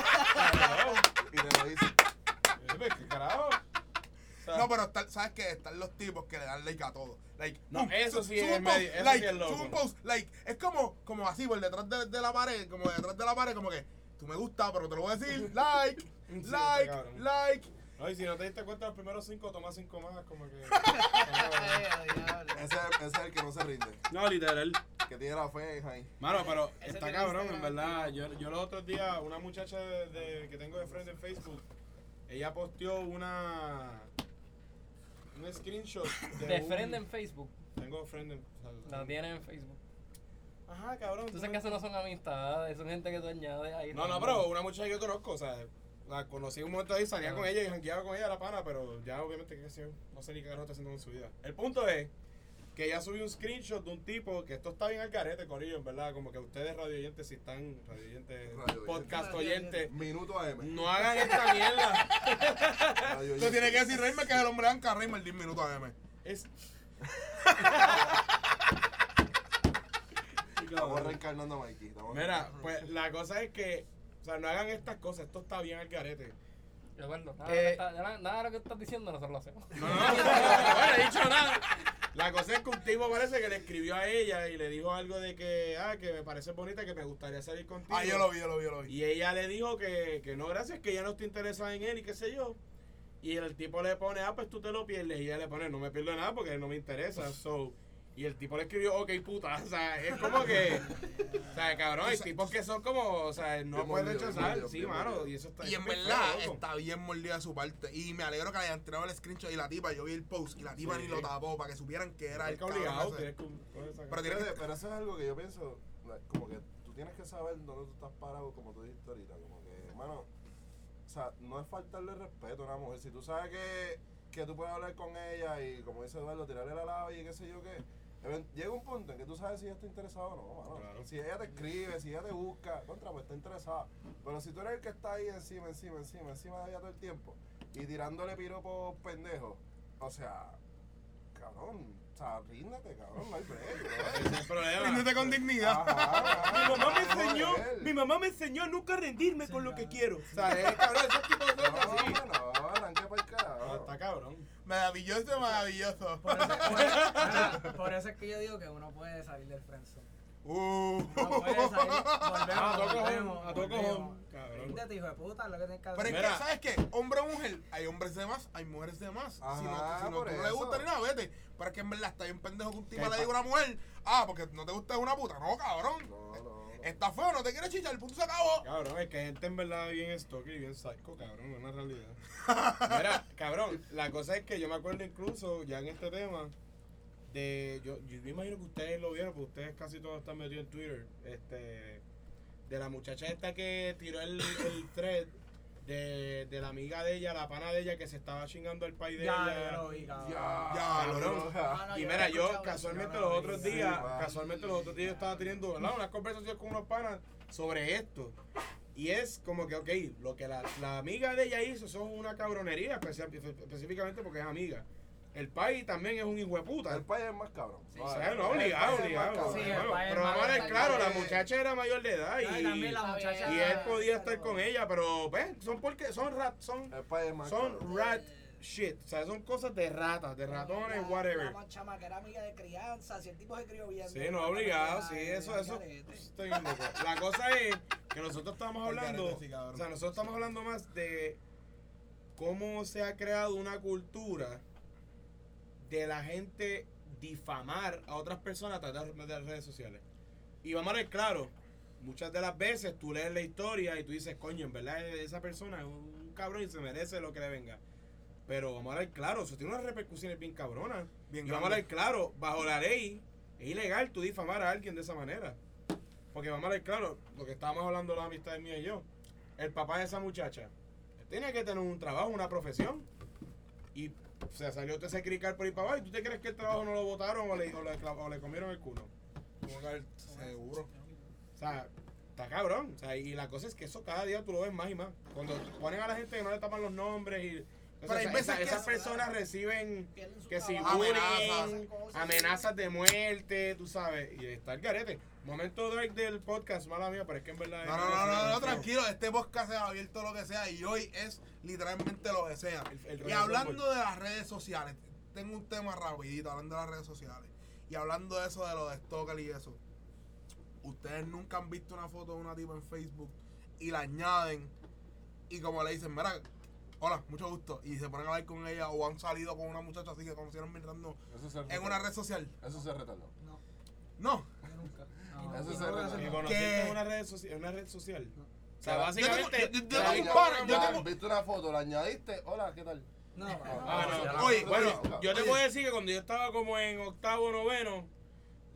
S4: Cabrón.
S5: Y te lo dice.
S4: Eh, pues, ¿Qué carajo? O sea,
S1: No, pero está- sabes que están los tipos que le dan like a todo. Like,
S4: No,
S1: pum,
S4: eso
S1: su-
S4: sí es
S1: sube un
S4: medio-
S1: post,
S4: eso sí
S1: like,
S4: es loco.
S1: sube un post, like. Es como, como así, por detrás de, de la pared, como detrás de la pared, como que tú me gusta, pero te lo voy a decir, like,
S4: Sí, está
S1: like,
S4: cabrón.
S1: like.
S4: no, y si no te diste cuenta los primeros cinco, toma cinco más, como que.
S5: Ese es- ese es el que no se rinde.
S4: No, literal.
S5: Que tiene la fe en Jaime.
S4: Mano, pero
S6: Ese
S4: está
S6: tiene
S4: cabrón, en
S6: Instagram,
S4: verdad. Yo, yo los otros días, una muchacha de- de- que tengo de frente en Facebook, ella posteó una. Un screenshot de.
S2: De
S4: un-
S2: frente en Facebook.
S4: Tengo friend en. o sea,
S2: La tienen en Facebook.
S4: Ajá, cabrón.
S2: Tú
S4: tú
S2: sabes que
S4: me-
S2: eso no son amistades, son gente que tú añades ahí.
S4: No, no, pero una muchacha que yo conozco, o sea, la conocí en un momento ahí, salía
S2: Ah.
S4: con ella y jangueaba con ella, la pana, pero ya obviamente que sé yo, no sé ni qué carajo está haciendo con su vida. El punto es que ella subió un screenshot de un tipo que esto está bien al carete, Corillo, en verdad, como que ustedes radio oyentes, si están radio oyentes,
S5: Radio
S4: podcast oyentes,
S6: oyentes.
S5: Minuto AM.
S4: no hagan esta mierda.
S5: Radio
S1: Tú tienes que
S5: Isla.
S1: decir, Raymond, que es el hombre anca, Raymond, 10 minutos a M.
S4: Es...
S5: Estamos reencarnando a Mikey. estamos-
S4: Mira, pues la cosa es que, o sea, no hagan estas cosas, esto está bien al carete.
S2: De acuerdo. Nada, de lo que
S4: Eh,
S2: está- nada- nada de lo que estás diciendo nosotros lo hacemos.
S4: No, no, no, no he dicho nada. La cosa es que un tipo parece que le escribió a ella y le dijo algo de que, ah, que me parece bonita, que me gustaría salir contigo.
S1: Ah, yo lo vi, yo lo vi, yo lo vi.
S4: Y ella le dijo que, que no, gracias, que ella no está interesada en él y qué sé yo. Y el tipo le pone, ah, pues tú te lo pierdes. Y ella le pone, no me pierdo nada porque no me interesa. So, y el tipo le escribió, ok, puta. O sea, es como que, o sea, cabrón, hay tipos que son como, o sea, no
S5: Bien
S4: pueden
S5: mordido, bien
S4: rechazar.
S5: mordido,
S4: Sí,
S5: bien
S4: mano,
S5: mordido.
S4: y eso está
S1: Y
S4: eso
S1: en
S4: está bien
S1: verdad
S4: feo, loco.
S1: está bien mordida su parte. Y me alegro que le hayan tirado el screenshot y la tipa. Yo vi el post y la tipa
S4: Sí.
S1: ni lo tapó para que supieran que era el
S4: Tienes que
S1: cabrón
S4: obligado,
S1: ese.
S4: tienes que coger esa
S1: Pero
S5: Pero,
S1: tienes que-
S5: pero eso es algo que yo pienso, like, como que tú tienes que saber dónde tú estás parado, como tú dijiste ahorita, como que, hermano, o sea, no es faltarle respeto a una mujer. Si tú sabes que, que tú puedes hablar con ella y, como dice Eduardo, tirarle la labia y qué sé yo qué, even- llega un punto en que tú sabes si ella está interesada o no, mano.
S4: Claro.
S5: Si ella te escribe, si ella te busca, contra, pues está interesada. Pero si tú eres el que está ahí encima, encima, encima, encima de ella todo el tiempo y tirándole piropos pendejos, o sea, cabrón, o sea, ríndete, cabrón, no hay break,
S4: Ese
S5: bro.
S4: es el problema.
S1: Ríndete con
S4: Ah.
S1: dignidad.
S5: Ajá,
S4: Mi mamá me
S5: no,
S4: enseñó,
S5: él.
S4: mi mamá me enseñó a nunca rendirme
S3: Sí,
S4: con lo que
S3: claro.
S4: quiero. O sea, es cabrón, ese tipo de
S5: No,
S4: cosas así.
S5: no, arranque pa'l
S4: No,
S5: carajo.
S4: está cabrón.
S1: Maravilloso, maravilloso.
S3: Por eso, por eso- por eso es que yo digo que uno puede salir del friendzone.
S1: Uh.
S3: Uno puede salir, volvemos,
S4: Ah, a todo
S3: volvemos,
S4: cojón, a todo
S3: volvemos.
S4: cojón, cabrón.
S3: Ríndete, hijo de puta, es lo que tienes que
S1: Pero es
S3: hacer.
S1: que,
S4: Mira.
S1: ¿sabes qué? Hombre o mujer, hay hombres de más, hay mujeres de más. si no,
S5: Ajá,
S1: si no,
S5: por
S1: tú no le
S5: eso.
S1: gusta ni nada, vete. Pero es que en verdad está bien pendejo que un tipo
S4: Que
S1: le diga a una mujer, ah, porque no te gusta es una puta. No, cabrón.
S5: No, no, no.
S1: Está feo, no te quieres chichar, el punto se acabó.
S4: Cabrón, es que hay gente en verdad bien stalker y bien psycho, cabrón, es una realidad. Mira, cabrón, la cosa es que yo me acuerdo incluso, ya en este tema, de. Yo, yo me imagino que ustedes lo vieron, porque ustedes casi todos están metidos en Twitter. Este. De la muchacha esta que tiró el, el thread. De, de la amiga de ella, la pana de ella que se estaba chingando el país de
S3: Ya,
S4: ella.
S3: yo lo vi, cabrón.
S1: Ya,
S4: cabrón.
S5: ya.
S2: no,
S4: Y
S2: yo
S4: mira,
S2: he escuchado
S4: yo
S2: eso,
S4: casualmente
S3: yo
S4: los
S3: no
S4: otros
S3: vi.
S4: días,
S5: Sí, va.
S4: casualmente los otros días yo estaba teniendo ¿verdad? una conversación con unos panas sobre esto. Y es como que, ok, lo que la, la amiga de ella hizo eso es una cabronería, especial- específicamente porque es amiga. El país también es un hijo de puta.
S5: El país es más cabrón.
S4: O sea, no, obligado, obligado.
S3: Sí, el
S4: Bueno,
S3: país es
S4: pero
S3: más
S4: vamos a ver,
S3: grande.
S4: claro, la muchacha era mayor de edad
S3: Ay, también la
S4: y,
S3: muchacha-
S4: y él podía estar con ella, pero ven, son porque son rat, son,
S5: El país es más
S4: son
S5: cabrón.
S4: rat shit. O sea, son cosas de ratas, de ratones,
S6: La-
S4: whatever.
S6: La chama que era amiga de crianza, si el tipo se crió bien.
S4: Sí, no, obligado, sí, eso, eso. Estoy bien loco. La cosa es que nosotros estamos
S1: Al garete,
S4: hablando,
S1: sí, cabrón.
S4: o sea, nosotros estamos hablando más de cómo se ha creado una cultura de la gente difamar a otras personas a través de las redes sociales. Y vamos a ver, claro, muchas de las veces tú lees la historia y tú dices, coño, en verdad esa persona es un cabrón y se merece lo que le venga. Pero vamos a ver, claro, eso tiene unas repercusiones bien cabronas.
S1: Bien
S4: y vamos a
S1: grande.
S4: ver, claro, bajo la ley es ilegal tú difamar a alguien de esa manera. Porque vamos a ver, claro, lo que estábamos hablando las amistades mías y yo, el papá de esa muchacha tiene que tener un trabajo, una profesión. Y se salió usted ese cricar por ahí para abajo. ¿Y tú te crees que el trabajo no lo votaron o le, o le clav- o le comieron el culo?
S1: Seguro.
S4: O sea, está cabrón. O sea, y la cosa es que eso cada día tú lo ves más y más. Cuando ponen a la gente que no le tapan los nombres y. o sea,
S1: Pero hay
S4: esa-
S1: veces
S4: esa-
S1: que
S4: esas
S1: es-
S4: personas reciben
S6: Pierden su
S4: que si
S6: trabajo.
S4: bullying,
S1: Amenazas.
S4: amenazas de muerte, tú sabes, y está el garete. Momento dark del podcast, mala mía, pero es que en verdad. es-
S1: No, no, no, no, no, tranquilo. Este podcast se ha abierto lo que sea y hoy es literalmente lo que sea.
S4: El- el
S1: Y
S4: reggaetón,
S1: hablando
S4: por-
S1: de las redes sociales, tengo un tema rapidito hablando de las redes sociales. Y hablando de eso de los de Stoker y eso. Ustedes nunca han visto una foto de una tipa en Facebook y la añaden y como le dicen, mira, hola, mucho gusto. Y se ponen a hablar con ella o han salido con una muchacha así que conocieron mirando
S5: Eso se retardó.
S1: en una red social.
S5: Eso se retardó.
S3: No,
S1: No.
S3: yo nunca.
S5: Eso es
S3: yo
S5: verdad.
S3: nunca
S4: Y
S3: se-
S4: conocerte
S1: ¿Qué?
S4: en una red, soci- en una red social. O sea,
S5: Yo
S4: básicamente.
S1: tengo- yo- yo
S4: la-
S1: tengo un par, yo
S5: Ya,
S1: tengo-
S5: Viste una foto, la añadiste. Hola, ¿qué tal?
S3: No,
S4: Ah,
S3: no,
S4: no.
S3: no.
S1: Oye,
S4: Bueno,
S1: Oye,
S4: yo te
S1: oye.
S4: puedo decir que cuando yo estaba como en octavo, noveno,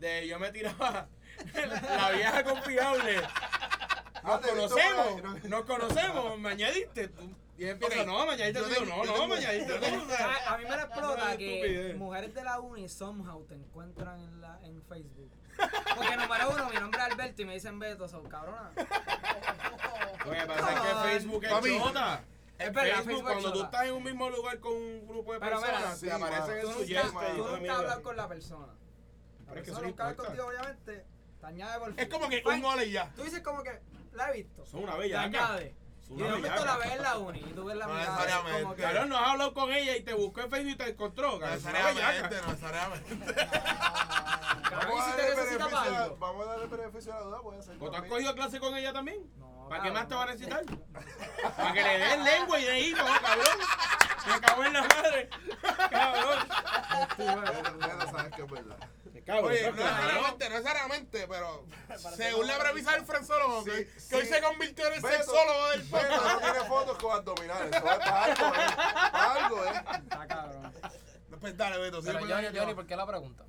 S4: de, yo me tiraba la vieja confiable.
S5: Ah,
S4: Nos
S5: te he visto
S4: conocemos,
S5: por ahí, ¿no?
S4: nos conocemos, me añadiste. tú. Y él empieza,
S1: Ok,
S4: no, me añadiste
S1: yo
S4: tú,
S1: tengo-
S4: no,
S1: yo
S4: no,
S1: tengo-
S4: me añadiste tú. o sea,
S3: A, a mí me la
S4: Eso es
S3: explota que
S4: estupidez.
S3: mujeres de la uni somehow te encuentran en, la, en Facebook. Porque número uno, mi nombre es Alberto y me dicen Beto, son cabrona.
S4: Lo que pasa es
S3: Come on.
S4: que Facebook es
S1: Papi,
S4: chota.
S3: es verdad,
S4: Facebook,
S3: Facebook es
S4: cuando tú
S3: chota.
S4: estás en un mismo lugar con un grupo de
S3: Pero mira,
S4: personas,
S5: sí,
S4: te aparecen
S5: mano.
S4: en
S3: Tú
S4: su
S3: nunca,
S4: yesta y
S3: tú
S4: toda
S3: nunca
S4: mierda.
S3: hablas con la persona. La
S4: Pero es
S3: persona
S4: que eso no
S3: nunca habla
S4: importa.
S3: contigo, obviamente. Te añade por
S1: Es como que
S3: Facebook.
S1: un ole y ya.
S3: Tú dices como que la he visto.
S4: Son una
S3: Te
S4: bellaca.
S3: añade.
S4: Son
S3: Y
S4: una
S3: de momento la
S4: bellaca.
S3: ves en la uni y tú ves la
S1: No
S3: mirada, es
S1: necesariamente.
S3: como que-
S4: Cabrón, no has hablado con ella y te buscó en Facebook y te encontró.
S1: No
S4: cabrón, son una bellaca.
S1: necesariamente, no necesariamente.
S3: Cabrón, ¿y si
S5: a
S3: te
S5: darle
S3: necesita
S5: beneficio
S3: para
S5: a-
S3: algo?
S5: vamos a darle beneficio a la duda, puede ser.
S4: ¿O tú has
S5: también.
S4: cogido clase con ella también?
S3: No,
S4: ¿Para qué más te
S3: cabrón.
S4: van a necesitar? Para que le den lengua y de hijo, cabrón. Me cago en la madre. Cabrón.
S5: Mira, sabes que es verdad.
S4: Cabrón,
S1: Oye, no
S4: cabrón.
S1: necesariamente, no necesariamente, pero según la premisa del frenzólogo, que,
S5: Sí,
S1: que hoy
S5: sí.
S1: se convirtió en el
S5: Beto.
S1: sexólogo del
S5: Pero
S1: podcast.
S5: no tiene fotos con abdominales. eso es para algo, ¿eh? Para algo, ¿eh?
S3: Está cabrón.
S1: No, pues dale, Beto, sigue
S2: Pero
S1: con
S2: Johnny, pues.
S1: el-
S2: Johnny, ¿por qué la pregunta?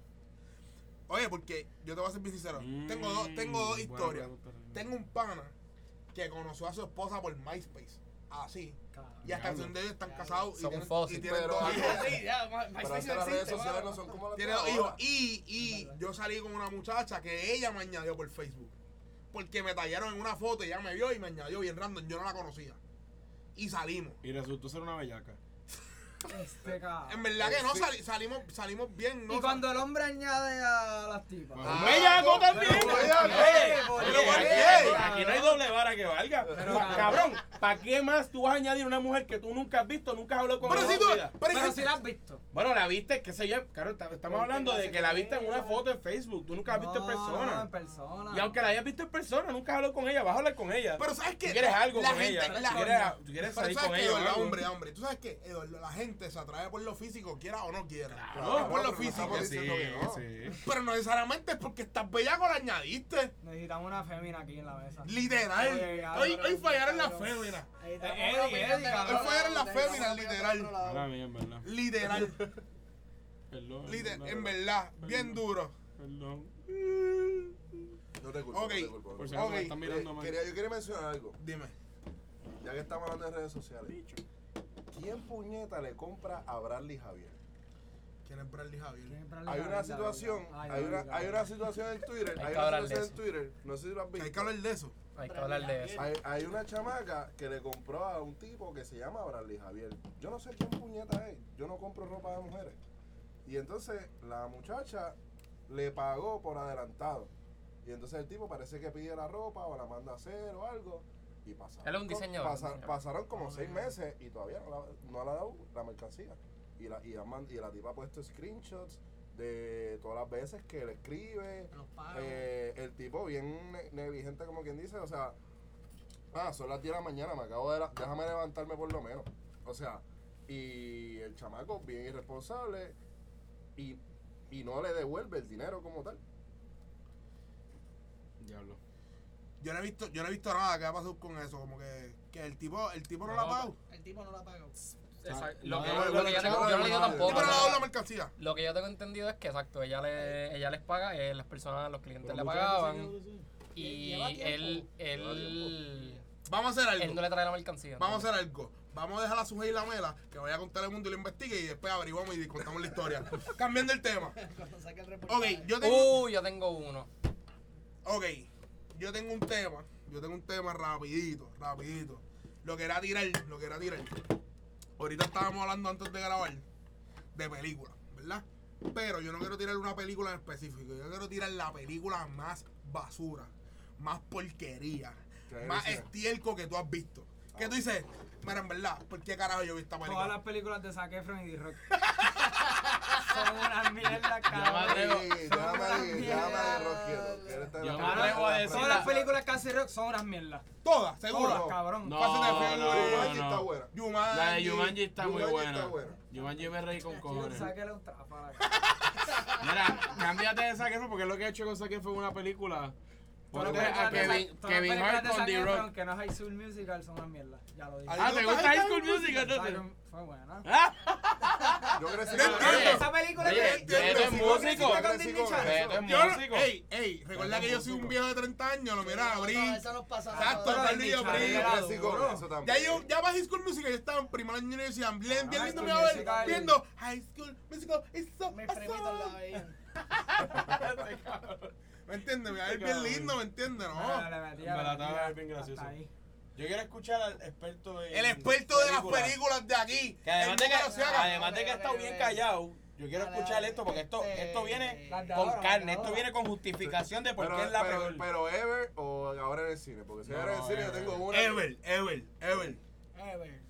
S1: Oye, porque yo te voy a ser bien sincero. Mm. tengo
S4: Mm,
S1: dos, tengo dos historias. tengo un pana que conoció a su esposa por MySpace. Así. Y hasta el
S4: Diablo.
S1: son de ellos están casados y
S2: Son
S1: tienen,
S2: fósil.
S1: y tienen
S5: Pero-
S1: dos hijos.
S6: Sí, ya, ma- ma- sí,
S5: Pero es que las
S6: existe,
S5: redes sociales
S6: mano.
S5: no son como las
S1: Tiene
S5: de
S1: dos
S5: ahora.
S1: hijos. Y, y yo salí con una muchacha que ella me añadió por Facebook. Porque me tallaron en una foto y ella me vio y me añadió bien random. Yo no la conocía. Y salimos.
S4: Y resultó ser una bellaca.
S3: Este
S1: En
S3: cabrón.
S1: verdad que no,
S4: Sí.
S1: sali- salimos, salimos bien, ¿no?
S3: Y cuando el hombre añade a las tipas.
S4: Ah,
S1: ¡Bellaco
S4: también!
S1: pero
S4: ¡Bellaco!
S1: ¡Eh!
S4: Pero ¿por
S1: ¡Eh!
S4: qué? Aquí no hay doble vara que valga.
S3: Pero,
S4: Pa- cabrón, ¿para qué más tú vas a añadir una mujer que tú nunca has visto, nunca has hablado con
S1: Pero
S4: ella
S1: si
S4: en
S1: tú.
S4: tu vida?
S1: Pero,
S3: Pero
S1: es
S3: si
S1: que-
S3: la has visto.
S4: Bueno, la viste, qué sé yo, claro, está- estamos hablando de que la viste en una foto en Facebook, tú nunca la has visto en
S3: No, No,
S4: persona.
S3: en persona.
S4: Y aunque la hayas visto en persona, nunca has hablado con ella, vas a hablar con ella.
S1: pero sabes que.
S4: Tú quieres algo
S1: la
S4: con
S1: gente,
S4: ella,
S1: la-
S4: tú quieres, a- tú quieres
S1: Pero
S4: salir
S1: sabes
S4: con
S1: que,
S4: ella. o
S1: Eduardo,
S4: algo.
S1: hombre, hombre, tú sabes que Eduardo, la gente se atrae por lo físico, quiera o no quiera.
S4: Claro,
S1: es por
S5: pero
S1: lo
S5: no
S1: físico.
S5: estamos
S4: Sí,
S5: diciendo que no.
S4: sí.
S1: Pero no necesariamente es porque estás bellaco la añadiste.
S3: Necesitamos una fémina aquí en la mesa.
S1: Literal.
S3: Oye, cabrón,
S1: Hoy, hoy fallaron las
S6: cabrón.
S1: féminas.
S6: Ahí está,
S3: Eh,
S6: vamos a
S3: Eddie,
S6: la
S3: Eddie,
S6: pegada,
S3: cabrón.
S1: Hoy fueron las
S6: ahí está,
S1: féminas,
S6: vamos a la pegada
S1: literal.
S6: por otro lado.
S4: Mala mía, en verdad.
S1: Literal.
S4: Perdón.
S1: Liter-
S4: perdón,
S1: en verdad. Bien duro.
S4: Perdón.
S5: No te culpo,
S1: Ok.
S5: no te culpo. no
S4: Por
S5: te culpo.
S4: si acaso me
S1: Ok,
S4: están mirando
S5: Oye,
S4: mal.
S5: Eh, quería- Yo quería mencionar algo.
S1: Dime.
S5: Ya que estamos hablando de redes sociales. ¿Quién puñeta le compra a Bradley Javier?
S1: ¿Quién es Bradley Javier?
S5: Hay una situación, hay una, hay una situación en Twitter,
S2: Hay
S5: hay
S2: que
S5: una
S2: hablar de
S5: situación en
S2: eso.
S5: Twitter, no sé si lo has
S1: Hay que hablar
S5: visto.
S1: de eso.
S2: Hay que hablar de eso.
S5: Hay, hay una chamaca que le compró a un tipo que se llama Bradley Javier. Yo no sé quién puñeta es, yo no compro ropa de mujeres. Y entonces la muchacha le pagó por adelantado. Y entonces el tipo parece que pide la ropa o la manda a hacer o algo. Y pasaron,
S2: Él es un
S5: co-
S2: diseñador,
S5: pasa-
S2: un diseñador.
S5: pasaron
S3: Ah,
S5: como seis meses y todavía no la, no la ha dado la mercancía. Y la, y, han man- y la tipa ha puesto screenshots de todas las veces que le escribe.
S3: Los pagos.
S5: Eh, el tipo bien ne- negligente, como quien dice, o sea, ah, son las 10 de la mañana, me acabo de... la- déjame levantarme por lo menos. O sea, y el chamaco bien irresponsable y, y no le devuelve el dinero como tal.
S4: Diablo.
S1: Yo no he visto, yo no he visto nada que ha pasado con eso. Como que, que el tipo, el tipo no, la
S2: No,
S1: ha pagado.
S6: El tipo no la pagó.
S2: Exacto.
S4: No,
S2: Lo que
S4: no,
S2: yo
S4: no,
S2: lo que yo
S4: no,
S2: tengo, yo
S4: no,
S2: no
S4: no,
S2: lo digo
S4: no,
S1: El
S2: tampoco.
S1: tipo no le ha dado la
S2: pero
S1: mercancía.
S2: Lo que yo tengo entendido es que exacto, ella le, ella les paga, eh, las personas, los clientes le
S4: Pero muchas
S2: pagaban
S4: veces yo-
S2: y
S6: Lleva tiempo.
S2: él,
S5: Lleva
S2: él,
S1: Vamos a hacer
S2: él no
S1: algo.
S2: le trae la mercancía.
S1: Vamos a hacer algo. Vamos a dejar a Sujei la mela que vaya a contar el mundo y lo investigue y después averiguamos y contamos la historia. Cambiando el tema.
S6: Cuando saque el
S1: Ok,
S6: reportaje.
S1: yo tengo.
S2: Uh, yo tengo uno.
S1: Ok, yo tengo un tema. Yo tengo un tema rapidito, rapidito. Lo que era tirar, lo que era tirar. Ahorita estábamos hablando antes de grabar de películas, ¿verdad? Pero yo no quiero tirar una película en específico. Yo quiero tirar la película más basura, más porquería,
S5: ¿Qué
S1: más
S5: eres?
S1: estiércol que tú has visto. Que tú dices, mira, en verdad, ¿por qué carajo yo vi esta película?
S3: Todas las películas de Zac Efron y D-Rock. Son una mierda,
S2: madre.
S3: cabrón.
S2: Pero-
S5: Sí, llama ahí, llama ahí, Rosquero, que él está en la
S4: Yo me
S5: primera
S4: atrevo a
S5: fila.
S4: decir-
S3: Todas las películas que hace Rock son unas mierdas.
S1: Todas,
S3: Todas,
S1: seguro.
S3: cabrón.
S4: No,
S1: Fast and the
S4: no,
S1: Furious,
S4: no,
S5: Jumanji
S4: no.
S5: está buena.
S1: Yumanji.
S4: La de Yumanji está muy
S5: Jumanji está
S4: buena.
S5: buena.
S4: Yumanji me reí con cojones.
S3: Sáquele un trapo a la cara.
S4: Mira, cámbiate de Zac Efron porque lo que he hecho con Zac Efron fue una película.
S3: Todas
S4: Ponte
S3: las películas
S4: a
S3: de
S4: Kevin,
S3: Zac- todas las
S4: Kevin
S3: películas
S4: Hart
S3: de
S4: con
S3: Zac
S4: D-Rock.
S3: Efron Que no es High School Musical son una mierda. Ya lo dije.
S1: Ay,
S4: Ah, ¿te gusta High School Musical?
S3: Zac
S4: entonces?
S3: Efron fue buena.
S4: Ah,
S5: Yo crecí
S1: No
S5: con
S1: entiendo.
S5: eso.
S3: Esa película
S4: Oye,
S3: que-
S4: yo eres
S3: ¿Tú no
S4: músico.
S3: creciste con
S5: Yo
S3: Disney
S5: crecí con
S3: Channel?
S5: eso.
S4: Vete,
S1: Yo no-
S4: músico.
S1: ey, ey, recuerda que yo soy un viejo de 30 años, lo mira,
S6: No,
S1: abrí.
S6: no, eso nos pasa nada.
S1: Exacto,
S3: Pero
S1: Carly
S3: Disney
S1: yo
S3: Channel
S1: abrí.
S5: Yo
S3: era
S5: crecí con
S3: duro.
S5: eso también.
S1: Ya yo, ya va High School Musical, yo estaba en primer año de universidad, bien, bien
S3: High
S1: lindo
S3: School
S1: me iba a ver,
S3: Musical.
S1: viendo High School Musical, it's so
S6: Mis primitos la
S1: awesome.
S6: veían.
S1: ¿Me entiendes? Me iba a ver bien lindo, ¿me entiendes?
S3: No,
S1: No.
S3: le metí,
S4: Me la
S3: le
S4: estaba
S3: metí,
S4: bien
S3: hasta
S4: gracioso.
S3: ahí.
S4: Yo quiero escuchar al experto en
S1: El experto de las películas de aquí.
S4: Que además,
S1: el
S4: de que,
S1: número se haga.
S4: además de que ha estado bien callado, yo quiero
S6: Dale,
S4: escuchar
S6: dale,
S4: esto porque esto,
S6: este,
S4: esto viene
S3: Las de
S4: con
S3: ahora,
S4: carne,
S3: las de
S4: esto viene con justificación de por
S5: Pero,
S4: qué es la
S5: pero-
S4: peor.
S5: pero Ever o ahora en el cine, porque si
S4: No,
S5: ahora en el cine yo
S4: Ever.
S5: tengo una.
S1: Ever, Ever, Ever.
S6: Ever.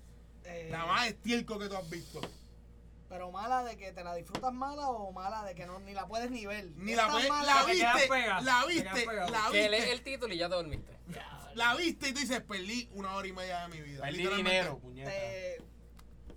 S6: Eh,
S1: La más estiércol que tú has visto.
S6: Pero mala de que te la disfrutas mala o mala de que no, ni la puedes ni ver.
S1: Ni la,
S6: Esta
S1: puedes-
S6: mala
S1: la
S3: que te quedas
S1: viste, la
S3: pegado, te quedas
S1: viste,
S3: pegado.
S1: la
S2: Que lees
S1: Ah, viste,
S2: el título y ya te dormiste.
S1: la viste y tú dices, perdí una hora y media de mi vida.
S4: Perdí
S1: literalmente.
S4: dinero, puñeta.
S6: te- eh,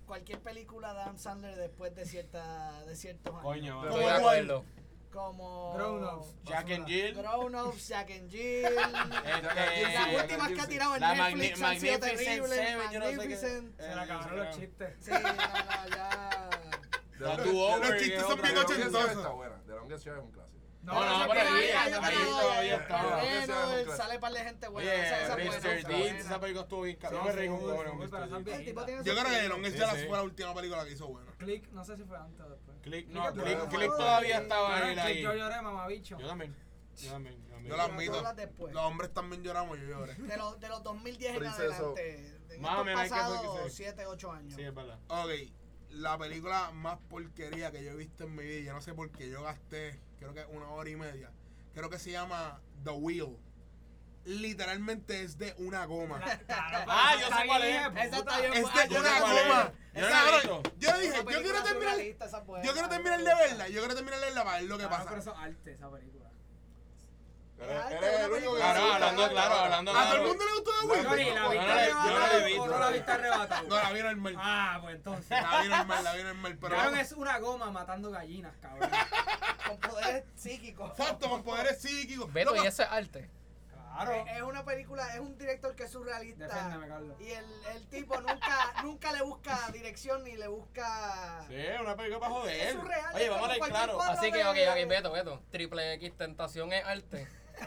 S6: cualquier película de Adam Sandler después de cierta de ciertos años.
S4: Coño,
S5: Pero-
S4: mano.
S2: Estoy de acuerdo.
S6: Como
S3: Grown Ups.
S4: Jack and
S3: basura.
S4: Jill.
S6: Grown Ups, Jack and Jill.
S4: Este,
S6: las
S5: Jack and
S6: últimas que ha
S5: Jill,
S6: tirado en
S4: La
S6: Netflix
S4: Magni-
S6: han sido
S4: Magnificent
S6: terribles.
S4: Seven, yo no sé qué-
S6: Magnificent.
S4: Eh,
S3: Se le acabaron los
S4: se
S3: chistes.
S6: Sí, no, no, ya.
S5: De
S4: La
S5: Longest-
S4: do over,
S1: Los chistes
S4: que es
S1: son
S4: otra
S1: bien
S5: de Longest
S4: cosa.
S5: Yard
S1: ochentosos.
S5: está buena. De Longest Yard es un clásico.
S4: No, no,
S3: esa
S4: pero
S3: película
S4: ahí-
S3: ya
S4: ahí-
S3: yo
S4: ahí
S3: tenía-
S4: todavía estaba.
S6: Moreno, sale para la gente buena.
S4: Oye,
S6: esa- esa es buena,
S4: Mr.
S6: esa es
S4: Deeds,
S6: buena.
S4: esa película estuvo bien cara. Yo
S3: Sí,
S4: me reí con
S3: sí,
S4: cojones
S3: sí, pero
S4: con Mr.
S3: esa-
S4: Deeds.
S6: El tipo tiene
S1: Yo creo que Long
S6: sentido.
S1: Island
S4: Sí, sí.
S1: fue la última película que hizo buena.
S3: Click, no sé si fue antes o después.
S4: Click, no,
S5: Click,
S4: Click,
S5: no,
S4: Click
S5: no,
S4: todavía
S6: no,
S4: estaba él
S3: Click,
S4: ahí.
S3: Yo lloré, mamabicho.
S4: Yo también. Yo también. también.
S1: Yo la
S6: Pero
S1: admito.
S6: tú hablas después.
S1: Los hombres también lloramos, yo lloré.
S6: De los, de los 2010 en
S5: Princeso.
S6: adelante. En
S4: Más o
S6: estos
S4: menos hay que hacer que
S6: pasados
S4: se-
S6: 7, 8 años.
S4: Sí, es verdad.
S1: Ok, la película más porquería que yo he visto en mi vida. Yo no sé por qué yo gasté, creo que una hora y media. Creo que se llama The Wheel. Literalmente es de una goma.
S4: Ah, yo sé cuál es.
S3: pues,
S6: Esa está bien
S1: Es
S6: buena.
S1: de
S4: Ah, yo
S1: una
S4: sé cuál es.
S1: goma.
S4: Yo no la
S1: Cabrón,
S4: he visto.
S1: Yo le dije,
S6: Una
S1: yo
S6: película
S1: quiero terminar.
S6: surrealista, esa es buena.
S1: Yo quiero terminar de verla, yo quiero terminar de verla para ver lo que
S3: Ah, pero
S1: pasa.
S3: eso es arte, esa película.
S5: Eres,
S6: Ay,
S5: eres
S6: pero
S5: el
S6: no
S5: único
S6: me
S5: que.
S6: digas.
S5: le
S4: Claro,
S5: gusta
S4: hablando
S5: arte,
S4: claro,
S5: cabrón.
S4: hablando
S1: ¿A todo el
S4: claro.
S1: mundo le gustó The
S5: Bueno,
S1: Wheel?
S3: Sorry, ¿la
S4: no
S3: viste
S4: la he- yo no la he
S3: arrebatada
S4: visto.
S3: o no la viste arrebatada?
S1: No, la vi normal.
S3: Ah, pues entonces.
S1: La vi normal, la vi normal, pero.
S3: Cabrón es una goma matando gallinas, cabrón.
S6: Con poderes psíquicos.
S1: Exacto, con poderes psíquicos.
S2: Beto,
S1: Loco,
S2: y eso es arte.
S3: Claro.
S6: Es una película, es un director que es surrealista.
S3: Defiéndeme, Carlos.
S6: Y el, el tipo nunca, nunca le busca dirección ni le busca.
S4: Sí, una película para joder.
S6: Ah. Es surreal,
S4: Oye,
S6: es
S4: vamos a
S6: como
S4: ver claro.
S6: cualquier
S2: Así que, ok,
S6: de-
S2: ok, Beto, Beto. Triple X Tentación es arte.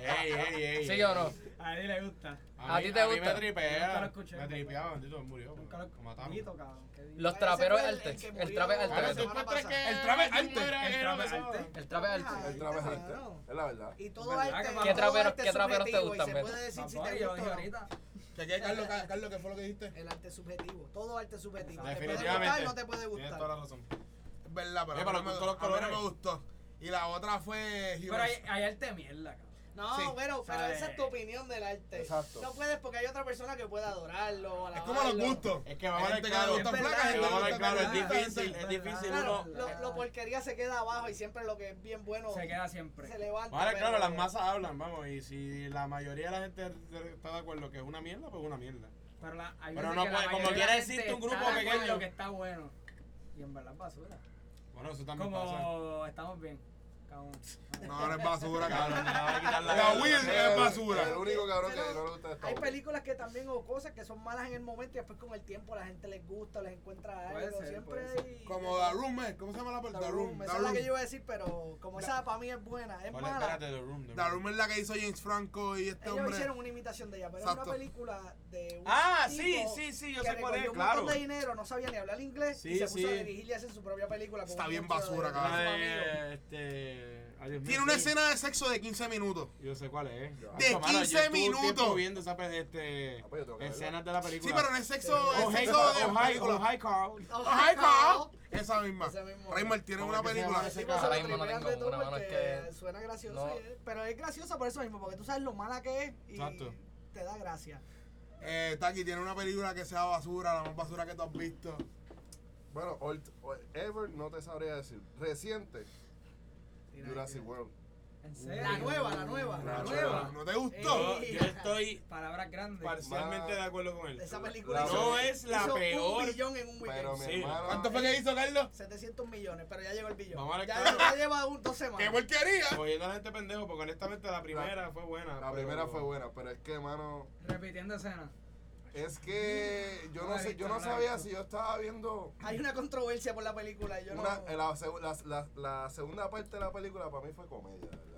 S4: Ey, ey, ey.
S2: ¿Sí o no?
S3: A él le gusta.
S2: ¿A
S4: mí-
S2: ti te
S4: A mí me
S2: gusta?
S4: tripea.
S3: Nunca lo escuché.
S4: Me tripeaba, bendito, murió.
S3: Nunca lo
S4: Lo matamos.
S3: Dito, cabrón, qué dito.
S2: Los
S6: Ese
S2: traperos es
S6: fue el- el
S2: arte.
S6: que
S2: El trape es
S6: murió.
S2: arte.
S4: Claro,
S6: Beto.
S4: tú
S2: Beto.
S4: encuentras que.
S1: El trap es arte.
S4: El
S3: El trap es
S4: arte.
S3: arte.
S2: El trape es arte.
S5: El trap es
S6: Claro.
S5: arte. Es la verdad.
S6: Y todo
S3: ¿Verdad
S6: arte.
S3: que
S6: todo
S3: no?
S2: ¿Qué traperos-
S6: arte
S2: qué traperos te pues?
S6: subjetivo
S2: gustan,
S6: Y se
S2: Beto?
S6: puede decir si
S3: Papá,
S6: te
S3: yo
S6: gusta
S3: dije
S6: o no.
S3: ahorita.
S1: ¿Qué, qué, Carlos, Ca- Carlos, ¿qué fue lo que dijiste?
S6: El arte subjetivo. Todo arte subjetivo. Te puede gustar
S4: Definitivamente.
S6: no te puede
S4: Tienes toda
S6: gustar.
S4: la razón.
S1: Es verdad, pero.
S4: Oye,
S1: a mí
S4: para
S1: no me-
S4: los gustos, los
S1: a mí no
S4: colores.
S1: me gustó. Y la otra fue.
S3: Pero hay, hay arte mierda, cabrón.
S6: No,
S1: Sí.
S6: bueno, pero
S3: ¿Sabes?
S6: esa es tu opinión del arte.
S5: Exacto.
S6: No puedes porque hay otra persona que pueda adorarlo. o
S1: Es como los
S6: alabarlo.
S1: gustos.
S4: Es que vamos
S1: Hay
S4: a
S1: gente que
S4: ver
S1: le
S4: claro.
S1: gusta
S3: Es
S1: flaca,
S3: verdad,
S1: gente que
S4: Vamos
S1: le
S4: a
S1: gusta
S4: ver claro. Es
S1: carne,
S3: verdad,
S4: difícil.
S3: es
S4: Es
S3: verdad.
S4: difícil
S6: Claro,
S4: uno.
S6: lo, lo porquería se queda abajo y siempre lo que es bien bueno
S3: Se queda siempre.
S6: se levanta.
S4: Vale, claro,
S6: pero-
S4: las masas hablan, vamos, y si la mayoría de la gente está de acuerdo que es una mierda, pues es una mierda.
S3: Pero, la, hay
S4: Pero
S3: veces
S4: no
S3: que la
S4: puede- como
S3: mayoría de
S4: quiera
S3: la gente
S4: existe un
S3: está
S4: grupo
S3: de acuerdo
S4: pequeño.
S3: que está bueno. Y en verdad es basura.
S4: Bueno, eso también pasa.
S3: Como estamos bien. Cabrón.
S1: No, no es basura, cabrón.
S4: Cabrón, me va a quitar la
S1: La
S4: cabeza.
S1: Will es basura.
S5: El único cabrón que
S6: Pero
S5: no le gusta esto.
S6: Hay películas que también o cosas que son malas en el momento y después con el tiempo la gente les gusta, les encuentra
S3: Puede
S6: algo.
S3: ser,
S6: siempre
S3: puede ser.
S6: hay.
S1: Como The Room, ¿eh? ¿cómo se llama la
S6: The
S1: película?
S6: Room,
S1: The
S6: Esa es la
S1: Room.
S6: que yo iba a decir, pero como esa para mí es buena, es
S4: Vale,
S6: mala.
S4: espérate, The Room. The
S1: The
S4: Room.
S1: Room es la que hizo James Franco y este
S6: Ellos
S1: hombre.
S6: hicieron una imitación de ella, pero es
S1: Exacto.
S6: una película de un
S4: Ah,
S6: tipo
S4: sí, sí, sí, yo
S6: que
S4: sé cuál
S6: recogió
S4: es,
S6: un
S4: claro.
S6: montón de dinero, no sabía ni hablar inglés y
S4: Sí,
S6: se puso
S4: sí.
S6: a dirigir y hacer su propia película. con
S1: Está
S6: un
S1: bien
S6: monstruo
S1: basura,
S6: de- de
S1: cabrón.
S6: su
S4: La
S6: amigo.
S4: de, este, ay, Dios mío,
S1: Tiene una
S4: sí.
S1: escena de sexo de 15 minutos.
S4: Yo sé cuál es.
S5: De
S4: Ay, mano, yo
S1: 15
S4: estuve un tiempo
S1: minutos.
S4: viendo esa, pe- este,
S5: Ah, pues yo tengo que verla.
S4: escenas de la
S1: Sí,
S4: película.
S1: pero no es sexo,
S6: Sí.
S1: es
S4: Oh, hey,
S1: sexo
S4: Carl,
S1: de
S4: oh, hi,
S1: película.
S4: oh, hi, Carl.
S6: Oh,
S1: Oh, hi, Carl.
S6: Carl.
S1: Esa misma.
S6: Ese mismo.
S1: Raymond tiene
S4: ¿Cómo
S1: una
S4: que se
S1: película.
S4: llama
S6: Sí,
S4: ese
S6: pues, se
S2: Ahora
S6: lo
S4: cabrón?
S2: mismo no
S6: tripean
S2: tengo
S6: de tú
S2: una, mano,
S6: porque
S2: es que-
S6: suena gracioso,
S2: no.
S6: y- pero es graciosa por eso mismo, porque tú sabes lo mala que es y
S4: Exacto.
S6: te da gracia.
S1: Eh, Taki tiene una película que sea basura, la más basura que tú has visto.
S5: Bueno, old- old- ever no te sabría decir. Reciente,
S6: Mira,
S5: Jurassic
S6: mira.
S5: World.
S3: ¿En serio?
S6: La nueva, la nueva, la
S5: Nacho.
S6: nueva.
S1: ¿No te gustó?
S6: Eh.
S4: Yo, yo estoy
S3: Palabras grandes.
S4: parcialmente de acuerdo con él.
S6: Esa película
S5: No
S6: hizo-
S4: es la
S6: hizo
S4: peor,
S6: Un billón en un weekend.
S5: Pero mi
S4: Sí.
S5: hermano.
S1: ¿Cuánto fue que hizo, Carlos?
S6: 700 millones, pero ya llegó el billón.
S4: Vamos a ver,
S6: ya,
S4: claro.
S6: ya lleva un, dos semanas.
S1: ¡Qué porquería!
S4: Oyendo a la gente pendejo, porque honestamente la primera fue buena.
S5: eh, La
S4: pero-
S5: primera fue buena, pero es que, mano,
S3: Repitiendo escenas.
S5: es que yo no sé, yo no sabía si yo estaba viendo
S6: Hay una controversia por la película. Yo
S5: una,
S6: no,
S5: eh, la, seg- la, la, la segunda parte de la película para mí fue comedia, de ¿verdad?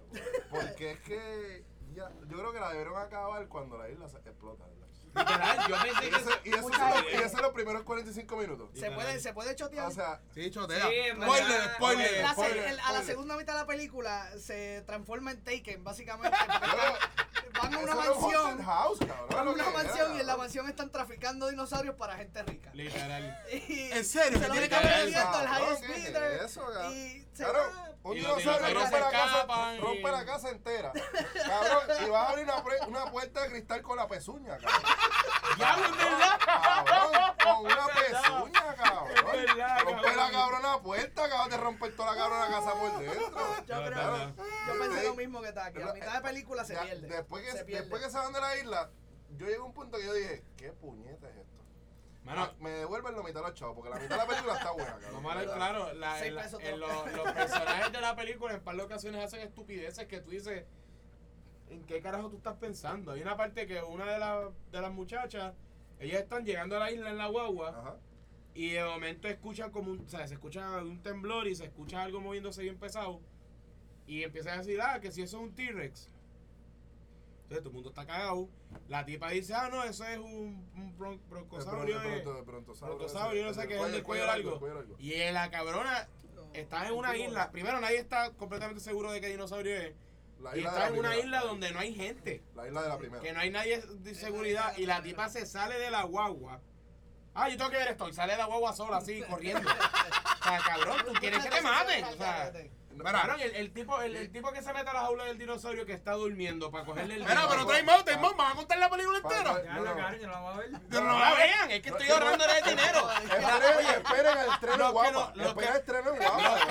S5: Porque es que ya, yo creo que la debieron acabar cuando la isla se explota, ¿verdad?
S4: Literal, yo
S5: Y
S4: pensé que
S5: eso, y eso
S6: Mucha
S5: son los-
S6: gente.
S5: y eso son los primeros 45 minutos.
S6: se, puede, se puede chotear.
S5: O sea,
S1: Sí, chotea.
S3: Sí, en
S1: spoiler,
S3: verdad.
S1: spoiler.
S6: La se-
S5: spoiler,
S6: el- a la
S5: spoiler.
S6: segunda mitad de la película se transforma en Taken, básicamente. porque van a
S5: eso
S6: una
S5: era un
S6: mansión.
S5: haunted house, cabrón,
S6: Van a
S5: lo
S6: una
S5: que era,
S6: mansión y en la
S5: cabrón.
S6: mansión están traficando dinosaurios para gente rica.
S4: Literal.
S6: Y
S1: ¿En serio?
S6: Se
S1: ¿Qué
S6: lo
S1: tiene que
S6: están
S1: ver
S5: Cabrón,
S6: vendiendo al highest
S5: ¿qué es
S6: bidder.
S5: Eso, cabrón.
S6: Y se
S5: Claro,
S6: va.
S5: un
S4: Y los
S5: dinosaurio
S4: dinosaurios
S5: rompe, la
S4: se
S5: casa,
S4: escapan y-
S5: rompe la casa entera. Cabrón, y vas a abrir una, pre- una puerta de cristal con la pezuña, cabrón.
S4: ¡Ya, es verdad!
S5: Cabrón, con una pezuña,
S4: Es verdad,
S5: cabrón. Rompe
S4: cabrón.
S5: la cabrona puerta, cabrón, te rompe toda la cabrona casa por dentro.
S6: Yo
S4: No,
S6: creo-
S4: no, no.
S6: yo pensé
S5: Sí.
S6: lo mismo que Taki. A
S5: Pero,
S6: mitad de película se
S5: Ya,
S6: pierde.
S5: después, que,
S6: se pierde.
S5: después que se van de la isla, yo llegué a un punto que yo dije, ¿qué puñeta es esto?
S1: Ah,
S5: Ah,
S4: Mano,
S5: Me devuelven la mitad de los chavos, porque la mitad de la película está buena, cabrón.
S4: vamos a ver claro, la-
S6: Seis
S4: en la-
S6: pesos
S4: en
S6: todo.
S4: los, los personajes de la película en par de ocasiones hacen estupideces que tú dices, ¿en qué carajo tú estás pensando? Hay una parte que una de, las de las muchachas, ellas están llegando a la isla en la guagua
S5: Ajá.
S4: y de momento escuchan como un, o sea, se escucha un temblor y se escucha algo moviéndose bien pesado y empiezan a decir, ah, que si eso es un T-Rex. Entonces todo el mundo está cagado. La tipa dice, ah, no, eso es un, un bron- broncosaurio.
S5: El
S4: eh".
S5: bron- el brontosaurio.
S4: Brontosaurio, no sé qué, es el del cuello largo. Y eh, la cabrona está en una isla. Primero, nadie está completamente seguro de qué dinosaurio es.
S5: La
S4: Y
S5: isla de
S4: está
S5: la
S4: en una
S5: primera.
S4: isla donde no hay gente.
S5: La isla de la primera.
S4: Que no hay nadie de seguridad. Y la tipa se sale de la guagua Ah, yo tengo que ver esto. Y sale la guagua sola, así, corriendo. O sea, cabrón, tú quieres que te maten. O sea, cabrón, el, el tipo, el, el tipo que se mete a la jaula del dinosaurio que está durmiendo para cogerle el.
S1: Mira, pero
S5: pues,
S1: trae más,
S5: ah.
S1: trae más, vas a contar la película entera.
S3: Ya la cabrón, yo no la voy a ver.
S1: Yo
S4: No la vean, es que estoy ahorrándole el dinero.
S5: Esperen, esperen el estreno
S4: Los
S5: en
S4: que
S5: guapa.
S4: no- los
S5: Esperen el
S4: que-
S5: estreno en
S3: Cabrón, la película
S5: guapa.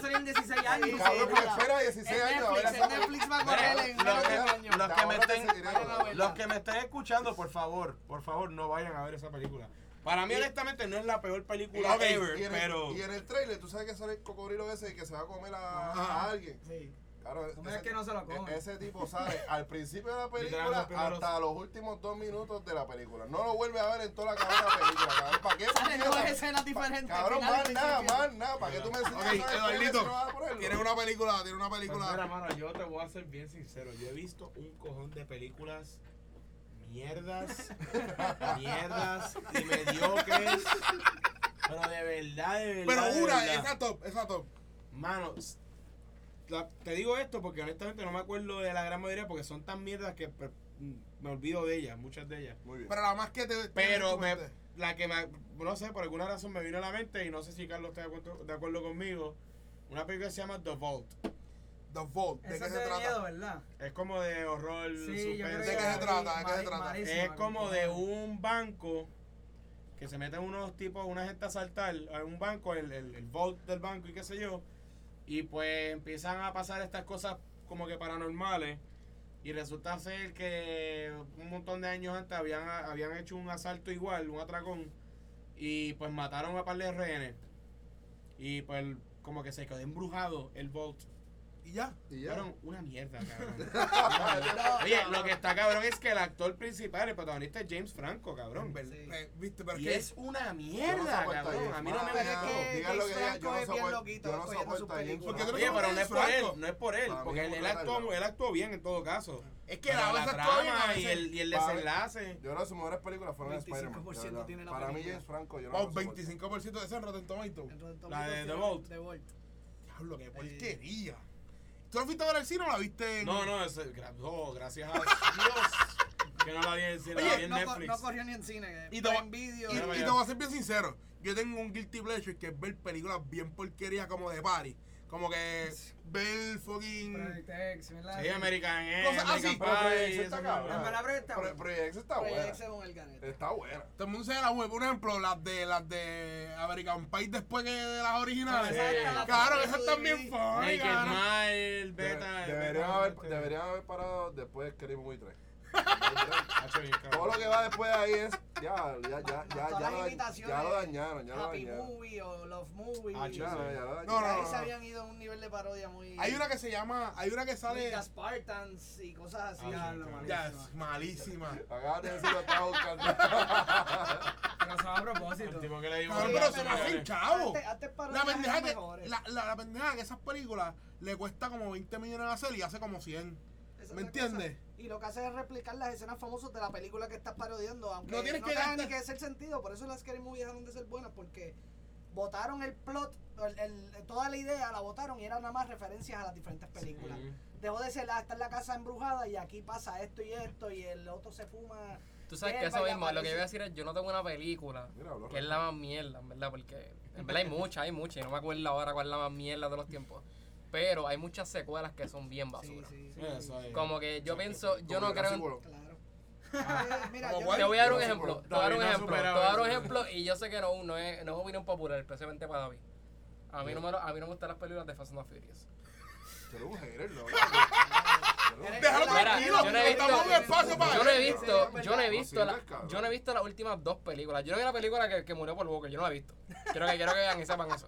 S3: salió en 16 años.
S5: Cabrón,
S6: mira.
S5: porque espera 16
S6: En
S5: años. a ver
S6: Netflix,
S5: esa-
S6: en Netflix va a correr en
S4: Mira,
S6: menos de un
S4: los-
S6: año.
S4: los que me
S5: Ahora
S4: estén-
S5: seguiremos.
S6: Vayan a ver.
S4: Los que me estén escuchando, por favor, por favor, no vayan a ver esa película. Para mí, honestamente, no es la peor película
S5: Ok,
S4: ever,
S5: y en el-
S4: pero.
S5: Y en el trailer, tú sabes que sale el cocodrilo ese que se va a comer a,
S1: Ajá.
S5: a alguien.
S6: Sí.
S5: Claro,
S3: No me digas que no se lo come.
S5: e- Ese tipo sale al principio de la
S4: Literal,
S5: película
S4: los primeros-
S5: hasta los últimos dos minutos de la película. No lo vuelve a ver en toda la cabeza de la película. cabrón. ¿Para qué?
S6: Salen
S5: puñeta?
S6: dos escenas diferentes.
S5: Cabrón,
S6: final y
S5: más nada,
S6: principio.
S5: más nada. ¿Para qué tú me
S1: Ok,
S5: enseñas esa escena
S1: Eduardito,
S5: si no vas a ponerlo?
S1: Tiene una película, tiene una
S4: Pues mira,
S1: película.
S4: mano, yo te voy a ser bien sincero. Yo he visto un cojón de películas mierdas, mierdas y mediocres. Pero de verdad, de verdad.
S1: Pero
S4: de
S1: una,
S4: verdad.
S1: esa top, esa top.
S4: Mano, s- la- te digo esto porque honestamente no me acuerdo de la gran mayoría porque son tan mierdas que per- me olvido de ellas, muchas de ellas.
S5: Muy bien.
S1: Pero la más que te.
S4: Pero
S1: te-
S4: me, la que me, no sé, por alguna razón me vino a la mente y no sé si Carlos está de acuerdo, de acuerdo conmigo. Una película que se llama The Vault.
S1: The Vault, ¿de
S3: Esa
S1: qué
S3: es
S1: se
S3: de miedo,
S1: trata?
S3: ¿verdad?
S4: Es como de horror,
S3: Sí, yo creo
S4: suspense.
S1: ¿De qué
S3: que
S1: se trata? ¿De qué se
S3: mari-
S1: trata?
S3: malísima,
S4: Es como
S3: con
S4: de
S3: cojones.
S4: un banco que se meten unos tipos, una gente a asaltar a un banco, el, el, el vault del banco y qué sé yo. Y pues empiezan a pasar estas cosas como que paranormales. Y resulta ser que un montón de años antes habían, habían hecho un asalto igual, un atracón. Y pues mataron a par de rehenes. Y pues como que se quedó embrujado el vault.
S1: Y ya.
S5: Y ya.
S4: Fueron una mierda, cabrón. Oye, lo que está cabrón es que el actor principal, el protagonista es James Franco, cabrón.
S1: Ver- eh, ¿Viste? Pero
S4: Y
S1: que-
S4: es una
S5: Yo no
S4: mierda,
S5: soporto a
S4: cabrón.
S5: James
S4: A mí no me
S5: Franco.
S4: gustó.
S6: Pero es que
S5: Digan lo que
S6: James
S5: digan, yo
S6: Franco es
S5: no
S6: bien
S5: soporto-
S6: loquito
S5: yo no
S6: cogiendo
S5: soporto
S6: sus
S5: a James
S6: películas.
S5: Franco.
S1: ¿Por qué
S4: Oye, pero no es por él, no es por él,
S5: Para mí
S4: porque
S5: es
S4: él, él
S5: brutal,
S4: actuó,
S5: ¿no?
S4: él actuó bien en todo caso.
S1: Es que
S4: Pero
S1: la
S4: la
S1: vez actuó bien,
S4: trama
S1: a
S4: y
S1: veces-
S4: el, y el
S5: Para mí-
S4: desenlace.
S5: Yo creo que sus mejores películas fueron Spider-Man.
S6: 25%
S5: de verdad.
S6: tiene la
S5: Para mí,
S6: película.
S5: James Franco, yo no
S1: Wow,
S5: lo soporto.
S1: 25% de ese en Rotten Tomatoes.
S4: La de The Vault.
S6: The Vault.
S1: Diablo, qué porquería. ¿Tú la fuiste a ver al cine o la viste en.?
S4: No, no, es, gra- oh, gracias a Dios que no la vi en, cine, la vi en
S6: No, co-
S4: Netflix.
S6: no corrió ni en cine.
S1: Y
S6: Y
S1: te voy-
S6: video.
S1: Y,
S4: Mira,
S1: y
S4: vaya.
S1: te voy a ser bien sincero, yo tengo un guilty pleasure que es ver películas bien porquerías como de party. Como que ver fucking...
S3: Project X, ¿verdad?
S4: Sí, American eh,
S1: Cosas así.
S4: American
S5: Pero Project
S4: Pie.
S5: X está
S4: esa
S5: cabrón.
S3: La
S4: mierda.
S3: palabra está
S5: Pero el
S3: buena.
S5: proyecto está buena. Está buena.
S1: Todo el mundo se la web, por ejemplo, las de las de American Pie después que de las originales.
S4: Ah,
S1: Claro,
S4: esa es
S1: claro, esas también funny,
S4: Naked
S1: cabrón.
S4: Mile, Beta.
S5: Debe- Deberían haber, deberían haber parado después de Scream Muy 3. Todo lo que va después de ahí es. Ya, ya, ya, ya, ya,
S6: Todas las
S5: lo, da-
S6: imitaciones.
S5: ya lo dañaron, ya lo
S6: Happy
S5: dañaron.
S6: Movie o Love Movie.
S4: Ah,
S5: Ya,
S4: sí.
S5: ya lo dañaron.
S1: No, no,
S6: Ahí
S1: no,
S6: se
S1: no.
S6: habían ido a un nivel de parodia muy.
S1: Hay una que se llama, hay una que
S6: sale.
S1: sale...
S6: Las Spartans y cosas así.
S4: Ah,
S3: Ya,
S4: sí,
S3: lo
S4: claro.
S1: Ya,
S3: malísima.
S1: es malísima.
S5: Acabas de decir lo estaba buscando.
S3: Pero se va a propósito.
S4: El tipo que le dio
S1: Cabrón,
S6: Sí,
S1: pero
S6: pero
S1: se me
S6: antes-
S4: eh.
S1: hacen chavo.
S6: Antes, antes parodias
S1: La pendeja,
S6: eran
S1: que,
S6: mejores.
S1: la, la, la pendeja que esas películas le cuesta como 20 millones de hacer y hace como 100.
S6: Esa es
S1: ¿Me
S6: la
S1: entiendes?
S6: cosa. Y lo que hace es replicar las escenas famosas de la película que estás parodiando, aunque
S1: No
S6: no,
S1: tienes
S6: tienes
S1: que
S6: ni
S1: gastar-
S6: que hacer sentido. Por eso las Scary Movie dejaron de ser buenas, porque votaron el plot, el- el- toda la idea la votaron y eran nada más referencias a las diferentes películas. Dejó de ser, ah, está en la casa embrujada y aquí pasa esto y esto y el otro se fuma.
S2: Tú sabes que
S6: hierba
S2: eso
S6: y
S2: mismo, lo que yo voy a
S6: aparece-
S2: decir es, yo no tengo una película
S5: Mira, habló
S2: que es la más mierda, en verdad, porque en verdad hay muchas, hay muchas, y no me acuerdo ahora cuál es la más mierda de los tiempos. Pero hay muchas secuelas que son bien basura.
S6: Sí, sí, sí.
S2: Como que yo pienso, yo no creo... en-
S6: Claro. Eh, mira, yo
S1: Como
S2: Te voy a dar un
S5: Yo no sé
S2: ejemplo,
S5: por-
S2: te voy a dar un
S4: David no ha
S2: ejemplo, te voy a
S4: superado
S2: dar un
S4: eso.
S2: ejemplo y yo sé que no, no es, no es opinión popular, especialmente para David. A mí no me, lo- a mí no me gustan las películas de Fast and the Furious.
S5: Pero un hater, no.
S1: Déjalo
S2: Mira,
S1: tranquilo,
S2: yo no he visto-
S1: estamos en un espacio para
S2: Yo no he
S1: eso.
S2: visto, yo no he
S5: No
S2: visto, la-
S5: sirves, cabrón.
S2: yo no he visto las últimas dos películas. Yo no vi la película que, que murió por Walker, yo no la he visto. Quiero que quiero que vean y sepan eso.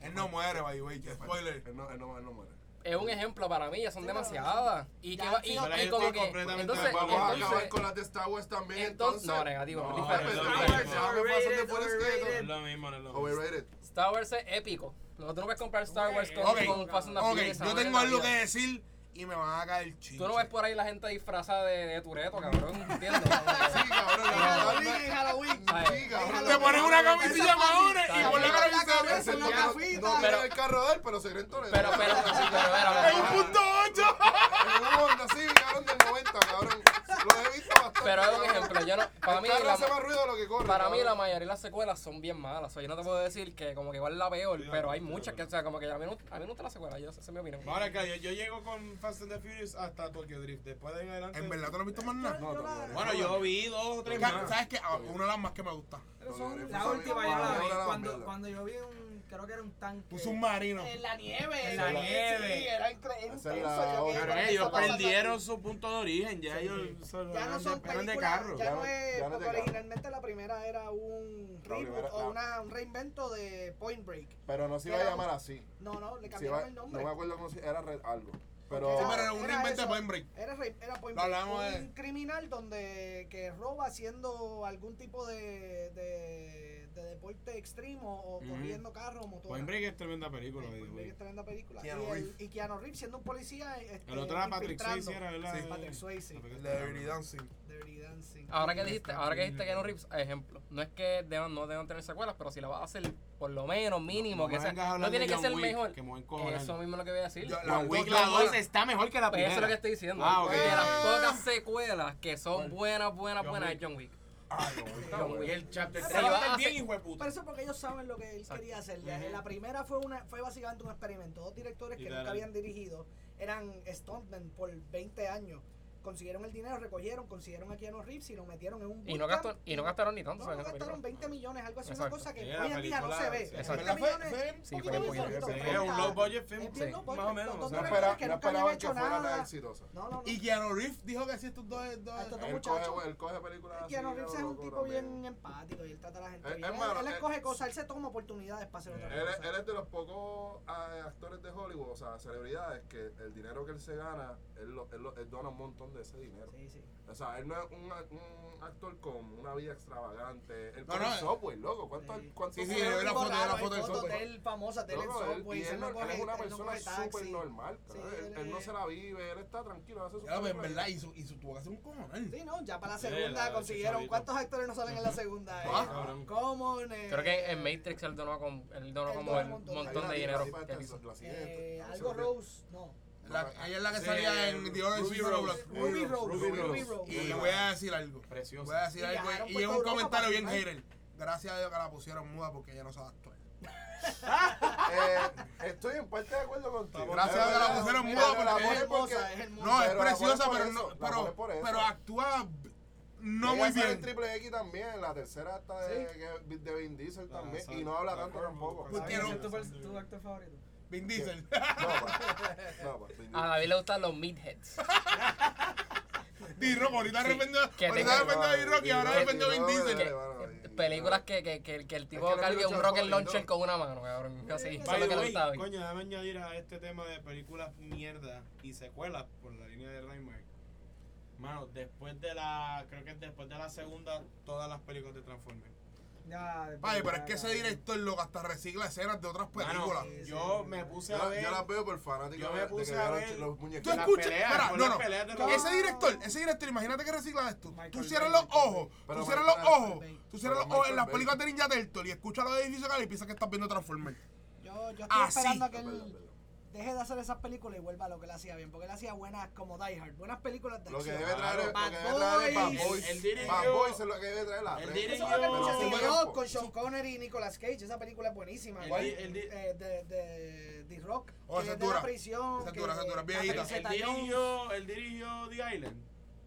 S1: Él no muere, by the way, que spoiler.
S5: Él no, él no, él no muere.
S2: Es un ejemplo para mí, ya son
S6: Sí,
S2: demasiadas. Y
S6: ya
S2: que va,
S6: han
S2: y,
S6: sido-
S2: y
S6: Pero
S4: yo
S2: como
S4: estoy
S2: que
S4: completamente
S2: entonces,
S4: de
S5: Vamos a acabar
S2: entonces
S5: con las de Star Wars también.
S2: entonces-
S5: Entonces,
S2: no, negativo,
S5: No,
S4: diferente.
S5: pero
S4: Star
S5: Star
S4: Wars,
S5: Wars,
S3: overrated,
S5: Fast and the Furious,
S4: No
S3: overrated.
S4: es lo mismo, no es lo mismo.
S5: Overrated.
S2: Star Wars es épico. No, tú no puedes comprar Star Wars con,
S1: Ok,
S2: con Fast and the
S1: Ok,
S2: Furious.
S1: yo
S2: jamás en
S1: tengo
S2: la
S1: algo
S2: vida.
S1: que decir y me van a caer chinches.
S2: Tú no ves por ahí la gente disfrazada de, de Tureto, cabrón, ¿entiendes?
S5: Sí, cabrón.
S6: En Halloween, en Halloween.
S2: Ay.
S5: Sí, cabrón.
S1: Te pones una camisilla
S6: Esa es
S1: maones
S2: fácil.
S1: y por la
S2: Esa
S6: es la
S1: camiseta.
S6: cabeza.
S5: Ese
S6: una
S5: no-
S6: gafita.
S5: No
S2: Pero-
S5: tiene el carro de él, pero se cree en Toledo.
S2: Pero, pero, pero, pero, Ah.
S1: ¡Es un punto ocho!
S5: En un Honda, sí, cabrón, del 90, cabrón. Lo he visto
S2: Pero es un ejemplo. Yo no, para, mí,
S5: el carro
S2: la,
S5: hace más ruido de lo que corre.
S2: para mí, la
S5: cabrón.
S2: mayoría de las secuelas son bien malas. O sea, yo no te puedo decir que como que igual la peor, pero hay muchas que, o sea, como que a mí no, a mí no te la secuela. Yo, esa es mi opinión.
S4: Ahora, que yo, yo llego con Fast and the Furious hasta Tokyo Drift. Después de ahí en adelante.
S1: En verdad, ¿tú no has visto más nada?
S5: No,
S6: Yo
S5: no,
S6: la-
S5: no,
S4: Bueno, yo vi dos o tres
S1: Ca-
S4: más.
S1: ¿Sabes qué? Ah, Una de las más que me gusta.
S6: Pero
S5: Lo
S6: son
S5: veremos.
S3: La
S5: Esa
S3: última
S5: misma
S3: yo la vi.
S5: palabra,
S3: Cuando,
S5: mierda.
S3: cuando yo vi un. Creo que era un tanque.
S1: Un submarino.
S6: En la nieve.
S3: En la
S6: sí,
S3: nieve.
S6: Sí, era increíble.
S5: Esa
S6: Yo
S5: es la
S6: quedé
S5: otra.
S6: con eso
S4: Pero eh, ellos
S6: pasando.
S4: perdieron su punto de origen. Ya ellos solo
S6: Ya no
S4: eran de-
S6: son
S4: eran
S6: películas.
S4: de carro.
S6: Ya,
S5: Ya
S6: no
S5: no-
S6: es.
S5: ya no
S6: porque
S5: te carro.
S6: originalmente la primera era un
S5: La
S6: reboot
S5: primera-
S6: o
S5: la-
S6: una, un reinvento de Point Break.
S5: Pero no se iba a
S6: Era-
S5: llamar así.
S6: No, no, le
S5: Se iba-
S6: cambiaron el
S5: no
S6: nombre.
S5: me acuerdo cómo se era Red algo.
S1: Sí,
S5: Pero
S1: pero
S6: Era-
S1: era un
S6: ah, era
S1: invento de
S6: eso.
S1: Point Break.
S6: Era, re- era Point
S1: Lo
S6: Break,
S1: hablamos de-
S6: un criminal donde que roba haciendo algún tipo de, de, de deporte extremo o
S4: Ujú.
S6: corriendo carro o motor.
S4: Point Break es tremenda película. by the way.
S6: es tremenda película.
S1: Keanu
S6: y, el-
S1: Reeves.
S6: y Keanu Reeves siendo un policía. Este,
S4: El otro era Patrick
S6: infiltrando.
S4: Swayze, era verdad.
S1: Sí.
S4: Eh,
S6: Patrick Swayze.
S4: la película
S1: La de
S4: estaba
S1: Dirty
S4: buena.
S1: Dancing.
S6: Dirty Dancing.
S2: Ahora que dijiste, ahora que dijiste que no rips, ejemplo, no es que deban, no deban tener secuelas, pero si la vas a hacer por lo menos mínimo,
S4: No
S2: que
S4: me
S2: sea,
S4: vengas a hablar
S2: no tiene
S4: de
S2: que
S4: John
S2: ser
S4: Wick,
S2: mejor.
S4: que me voy a encojonar.
S2: Eso mismo es lo que voy a decir.
S1: Yo-
S2: Pues
S1: la
S4: John Wick,
S1: Wick,
S4: la
S1: la
S4: dos
S1: buena.
S4: está mejor que la primera.
S2: eso es lo que estoy diciendo.
S4: Ah, ok.
S2: De las
S1: Ah.
S2: pocas secuelas que son
S4: ¿Cuál?
S2: buenas, buenas,
S4: John
S2: buenas es
S4: Wick.
S2: John Wick.
S1: Ah, no,
S2: John
S4: Y
S2: Wick.
S4: el chapter
S6: Sí,
S4: 3
S2: va
S4: va
S2: a
S4: a estar
S2: hacer-
S4: bien, hijo de puta.
S6: Pero eso porque ellos saben lo que él
S2: Exacto.
S6: quería hacer. La,
S4: Ujú.
S6: la primera fue una fue básicamente un experimento. Dos directores que
S4: Literal.
S6: nunca habían dirigido eran stuntmen por 20 años. Consiguieron el dinero, recogieron, consiguieron a Keanu Reeves y lo metieron en un
S2: Y no,
S6: bootcamp.
S2: gastaron, y no gastaron ni tanto.
S6: No,
S2: ¿sabes? en
S6: no
S2: esa
S6: gastaron
S2: película.
S6: 20 millones, algo así,
S2: Exacto.
S6: una cosa que
S4: Sí,
S6: hoy
S4: la
S6: en día no
S4: película,
S6: se ve.
S4: sí.
S2: Exacto.
S6: 20 millones
S2: Sí, fue
S6: un poquito
S2: muy
S6: insólito,
S2: bien.
S6: pero
S4: Es un
S6: está-
S4: low budget film.
S6: es bien
S2: Sí.
S6: low budget,
S4: Más o menos,
S6: dos- dos
S4: o sea,
S5: no,
S6: directores
S5: espera,
S6: que nunca habían
S5: no esperaban que
S6: hecho
S5: fuera tan
S6: nada.
S5: exitosa.
S6: No, no, no.
S1: Y Keanu Reeves dijo que si estos dos... dos-
S6: A estos dos
S5: Él
S6: muchachos.
S5: coge, él coge películas así.
S6: Keanu Reeves es un
S5: loco,
S6: tipo
S5: también.
S6: bien empático y él trata a la gente
S5: Es-
S6: bien.
S5: es
S6: Él-
S5: malo,
S6: él,
S5: es-
S6: escoge cosas, él se toma oportunidades para hacer otra
S5: Él es,
S6: cosa.
S5: él es de los pocos ah, actores de Hollywood, o sea, celebridades, que el dinero que él se gana, él, lo- él, lo- él dona un montón de ese dinero.
S6: Sí, sí.
S5: O sea, él no es un, a- un actor con una vida extravagante. Él
S1: No,
S5: coge
S1: no,
S5: el
S1: eh.
S5: software, loco. ¿Cuánto,
S6: Sí.
S5: cuánto
S1: Sí, sí, yo
S5: dinero
S1: vi la
S5: él
S1: foto, yo vi la
S6: hay
S1: foto del
S6: fotos
S1: software.
S6: de él famosa, de él en
S5: Loco, él-
S6: Subway,
S5: y
S6: se
S5: él, no-
S6: no
S5: él
S6: coge-
S5: es una
S6: él no
S5: persona
S6: coge taxi.
S5: súper normal. cabrón.
S6: Sí,
S5: él,
S6: él
S5: él no
S6: es-
S5: se la vive, él está tranquilo, hace
S1: Ya,
S5: su
S1: pues, en
S5: película.
S1: verdad, y su, y su tuvo que hacer un cojonal.
S6: Sí, no, ya para la
S4: Sí,
S6: segunda
S4: la-
S6: consiguieron.
S4: sí,
S6: ¿Cuántos actores no salen en la segunda?
S5: Ah,
S6: Eh,
S4: cabrón.
S6: Common, eh,
S2: Creo que en Matrix él donó, con, él donó
S6: Él
S2: como
S6: donó
S2: el
S6: un
S2: montón,
S6: montón.
S2: de
S5: Hay una
S2: dinero
S5: tipa,
S2: que
S5: esta,
S2: hizo.
S5: la siguiente,
S6: eh,
S5: pues, no sé
S6: algo
S5: por qué.
S6: Rose, no.
S1: La, ella es la que
S4: Sí,
S1: salía en The Orange
S4: Ruby
S1: is the New
S4: Rose.
S1: Black.
S6: Ruby Rose,
S5: Eh, Ruby
S6: Ruby
S5: Rose.
S6: Rose.
S1: Y voy a decir algo. Voy
S4: Preciosa.
S1: a decir
S6: Y
S1: algo.
S6: viajaron
S1: Y
S6: por
S1: es un
S6: Europa
S1: comentario
S6: para
S1: bien
S6: filmar.
S1: hater. Gracias a Dios que la pusieron muda porque ella no sabe actuar.
S5: Eh, estoy en parte de acuerdo contigo.
S1: Gracias a que la pusieron
S5: Pero
S1: muda
S5: la
S1: porque-
S5: ponen porque-
S6: hermosa, es hermosa.
S1: No, es
S5: Pero la
S1: preciosa,
S5: ponen por
S1: pero, no,
S5: eso, la ponen
S1: pero,
S5: por eso.
S1: pero actúa b- no
S5: Ella
S1: muy
S5: sale en
S1: bien.
S5: Triple X también, la tercera está de, que- de Vin Diesel
S4: La
S5: también,
S4: sal-
S5: y no habla
S4: la
S5: tanto
S4: Corvo,
S5: tampoco.
S4: Corvo.
S5: No,
S1: ¿Por qué
S3: ¿Quién
S1: no?
S3: es tu, per- tu actor favorito?
S1: Vin Diesel.
S5: pa. no, pa,
S2: A
S5: Vin Diesel.
S2: David le gustan los meatheads.
S1: D-Rock, ahorita
S2: Sí.
S1: defendió
S2: Que
S1: ahorita
S2: tenga-
S1: defendió a D-Rock y ahora
S2: Que-
S1: defendió a Vin
S5: que-
S1: Diesel.
S2: Que-
S5: bueno,
S2: que-
S5: y-
S2: películas que, que, que, el- que el tipo
S5: que no
S2: cargue
S5: lucha
S2: un rocket
S5: con el
S2: launcher
S5: dos.
S2: con una mano, cabrón. Así,
S6: By
S2: eso
S4: By
S2: es lo
S4: the
S2: que le
S4: way,
S2: gusta a David.
S4: coño, déjame añadir a este tema de películas mierda y secuelas por la línea de Raymark. Mano, después de la. Creo que después de la segunda, todas las películas de Transformers.
S3: Ya,
S1: Vaya, pero es
S3: ya,
S1: que ese
S3: ya.
S1: director loco hasta recicla escenas de otras películas.
S4: Mano, yo me puse
S5: Yo,
S4: a
S5: la-
S4: ver.
S5: yo las veo por fanático.
S4: Yo me
S5: de- de que
S4: puse
S5: vean
S4: a
S5: los-
S4: ver-
S5: Los
S1: Tú
S5: muñequitos.
S4: Las
S1: escuchas,
S4: peleas,
S1: espera,
S4: por
S1: no,
S4: las
S1: no.
S4: peleas de
S1: Ese
S4: Transformers.
S1: director, ese director, imagínate que recicla esto. tú
S3: Michael
S1: cierras
S3: Bay,
S1: los
S3: Michael
S1: ojos,
S5: Pero
S1: tú
S5: Michael
S1: cierras los
S5: Bay.
S1: ojos, tú cierras los
S5: Pero
S1: ojos en
S5: Michael
S1: las
S5: Bay.
S1: películas de Ninja Turtle y escuchas los edificios acá y piensas que estás viendo Transformers.
S6: Yo, yo estoy
S1: Ah,
S6: esperando
S1: sí.
S6: a que él deje de hacer esas películas y vuelva a lo que él hacía bien, porque él hacía buenas como Die Hard, buenas películas de
S5: Lo que
S6: acción.
S5: debe traer es lo
S6: Bad
S5: que debe traer es Bad
S6: Boys.
S5: Boys.
S4: Él dirigió-
S5: Bad Boys es lo que debe traer la
S4: Él
S5: tres.
S4: dirigió-
S6: Eso
S4: Yo-
S6: fue lo que se
S5: Pero-
S6: siguió con Sean Connery y Nicolas Cage. Esa película es buenísima.
S4: El
S6: ¿Cuál?
S4: di- el di-
S6: Eh, de, de, de Rock.
S1: Oh,
S6: que
S1: esa
S6: es
S1: es
S6: de
S1: dura.
S6: la prisión.
S1: Esa es
S6: que-
S1: dura, esa es dura, bien
S6: la
S1: viejita.
S4: Él
S6: princesa Jones,
S4: dirigió, él dirigió The Island.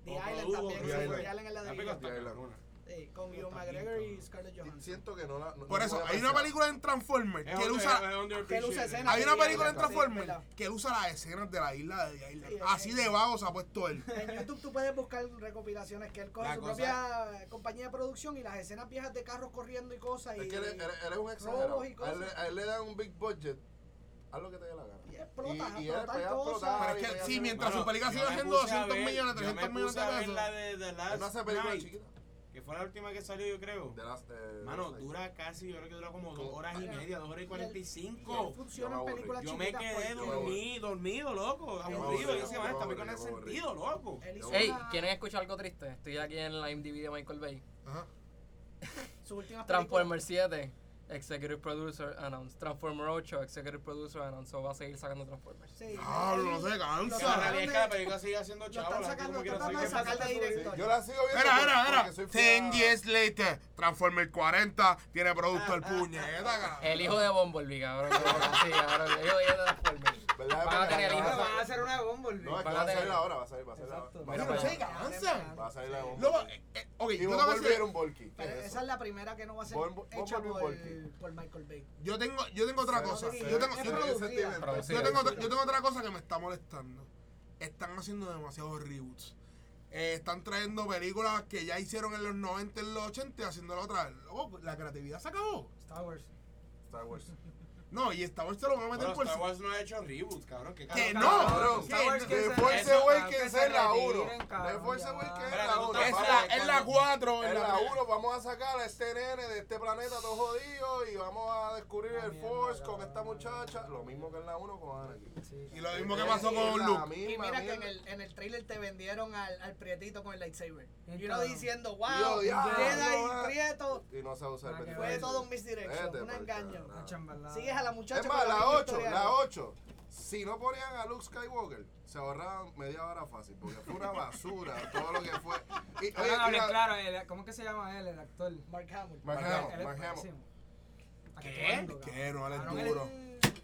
S6: The
S4: O
S6: Island
S4: produjo
S6: también.
S4: The
S6: esa
S5: Island.
S6: fue The Island en la
S4: La
S6: de
S4: película está
S5: The Island.
S4: cabrona.
S6: Sí, con
S4: Está
S6: Hugh
S4: bien,
S6: McGregor y
S4: cabrón.
S6: Scarlett Johansson.
S5: Siento que no la. no-
S1: Por
S5: no
S1: eso,
S5: voy a
S1: hay una
S5: apreciar.
S1: película en Transformers
S4: Es
S1: que él
S4: under-
S1: usa.
S4: es underappreciated.
S6: Ah, que él usa escenas.
S1: Hay una
S6: Sí,
S1: película en
S6: sí,
S1: Transformers
S6: verdad.
S1: que él usa las escenas de la isla de Island.
S6: Sí,
S1: Así
S6: es-
S1: de vago se ha puesto él.
S6: En YouTube tú puedes buscar recopilaciones que él coge
S4: La
S6: su
S4: cosa-
S6: propia compañía de producción y las escenas viejas de carros corriendo y cosas.
S5: Es
S6: y,
S5: que él, él- él es un exagerado.
S6: y
S5: A él, le- a él le dan un big budget. Haz lo que te dé la gana.
S6: y explotas,
S5: Y- y
S6: a
S5: él pega
S6: explotar
S5: a explotar.
S1: Pero es
S6: cosas.
S1: que
S5: Ay,
S1: sí,
S5: ay,
S1: mientras
S4: Mano,
S1: su película
S4: yo
S1: sigue
S4: me
S1: haciendo
S4: puse a
S1: 200
S4: ver-
S1: millones,
S4: yo
S1: 300
S4: me
S1: millones
S4: puse
S1: de
S4: a ver
S1: pesos.
S4: la de The
S5: Él no
S4: Last
S5: hace películas
S4: Night,
S5: chiquitas.
S4: que fue la última que salió, yo creo.
S5: De las, eh,
S4: Mano,
S5: las-
S4: dura casi, yo creo que dura como dos
S5: Como-
S4: horas y
S6: Mira,
S4: media, dos horas y cuarenta y
S6: Él
S4: cinco.
S6: funciona
S5: Yo
S6: en
S5: me
S6: películas
S4: Yo me
S6: chiquitas
S4: quedé
S6: porque-
S5: me aburrí.
S4: dormido, dormido, loco,
S6: me
S4: aburrido.
S6: aburrí,
S4: Yo se
S6: yo
S4: va,
S6: me
S4: esta
S5: aburrí,
S4: película no
S5: yo me
S4: tiene
S5: aburrí.
S6: Eh,
S4: sentido, loco.
S6: Él hizo
S2: Ey,
S6: una-
S2: ¿quieren escuchar algo triste?
S6: Ah,
S2: Estoy aquí en la IMDb de Michael Bay.
S1: Ajá.
S6: sus últimas películas.
S2: Transformer 7. Executive Producer announced. Transformer 8, Executive Producer announced. So va a seguir sacando Transformers.
S6: Sí.
S1: Diablo, se
S4: La
S1: cansa.
S4: realidad es que la película sigue haciendo
S6: Lo están
S4: chavos. la
S6: sacando,
S4: gente como
S6: tratan de
S4: quiera sigue
S6: sacar de
S4: pensando en este eso.
S6: director.
S5: Yo la sigo viendo.
S1: Era,
S5: por-
S1: era, era.
S5: porque soy
S1: Ten
S5: fiel a-
S1: years later. Transformer 40. Tiene producto el puñeta, cabrón.
S5: Eh,
S2: El hijo de Bumblebee, cabrón. sí, cabrón. El hijo de Transformers.
S5: ¿Verdad?
S2: Van a tener
S5: Porque
S2: hijos.
S3: Pero
S5: va
S3: van a hacer una bomba,
S5: No, es que
S2: Van
S5: va
S2: a
S5: a salir
S2: tener-
S5: ahora, va a salir, va a salir ahora.
S6: Exacto.
S5: Va a
S2: Pero
S5: salir
S2: se
S5: ahora.
S1: cansan.
S5: Va a salir la
S1: Luego,
S5: bomba.
S1: eh, eh, ok, yo
S5: Y
S1: tengo
S5: vos
S1: que decir-
S5: volvieron Volky. ¿Qué
S6: Pero
S5: es
S6: esa
S5: eso?
S6: es la primera que no va a ser
S5: Bon- Bon
S6: hecha
S5: Bon
S6: por,
S5: Volky.
S6: por Michael Bay.
S1: yo tengo, yo tengo otra cosa.
S6: Sí,
S1: Yo tengo, yo
S6: es
S1: tengo-
S6: producida.
S1: yo
S2: Sí,
S1: tengo,
S2: sí.
S1: otra- yo tengo otra cosa que me está molestando. Están haciendo demasiados reboots. Eh, están trayendo películas que ya hicieron en los 90, en los 80, haciéndola otra vez. Loco, la creatividad se acabó.
S6: Star Wars.
S5: Star Wars.
S1: No, y esta vez te lo van a meter
S4: Bueno,
S1: por
S4: Star
S1: si-
S4: Wars no ha hecho reboot, cabrón. ¿Qué
S1: Que
S4: carajo?
S1: no,
S5: Cabrón,
S1: que
S3: Star Wars
S1: no.
S3: que
S5: De
S3: se-
S5: Force
S3: eso,
S5: Awakens
S3: que
S5: es
S3: se
S5: la 1.
S3: retiren,
S5: De
S3: cabrón,
S5: Force
S3: ya.
S5: Awakens es
S4: Pero
S5: la
S4: tú
S5: 1.
S4: te
S1: Es
S4: sabes
S1: la, es
S4: cuándo-
S1: la 4.
S5: En la 1 vamos a sacar a este nene de este planeta todo jodido y vamos a descubrir
S3: Ah,
S5: el
S3: mierda,
S5: Force con
S3: cabrón.
S5: esta muchacha. Lo mismo que en la 1 con Anakin.
S3: Sí.
S1: Y lo mismo que pasó con
S5: La
S1: Luke.
S5: misma
S6: Y mira que en
S5: mierda.
S6: el, en el trailer te vendieron al, al prietito con el lightsaber.
S3: Bien
S6: Y uno
S3: cabrón.
S6: diciendo,
S5: Ah. Yo,
S6: wow,
S5: diablo,
S6: Jedi
S5: eh.
S6: y prieto.
S5: Y no se usa el
S3: Ah, que
S5: Benny
S6: Fue
S5: Blanco.
S6: todo un misdirection,
S5: Vete
S6: un
S5: pa'l
S6: engaño.
S5: carajo.
S3: Mucha embalada.
S6: Sigues a la muchacha.
S5: Es
S6: con
S5: más, la
S6: misma
S5: 8,
S6: historia.
S5: la 8. Si no ponían a Luke Skywalker, se ahorraban media hora fácil, porque fue una basura todo lo que fue. Y, oye,
S3: Ahora hablen
S5: mira,
S3: claro, el- ¿cómo es que se llama él, el actor?
S6: Mark Hamill.
S5: Mark
S3: Él-
S5: Hamill,
S3: él es
S5: Mark Hamill.
S3: buenísimo. Actuando,
S1: ¿Qué?
S3: cabrón.
S1: ¿Qué? No, vale
S3: Cabrón, él-
S1: duro.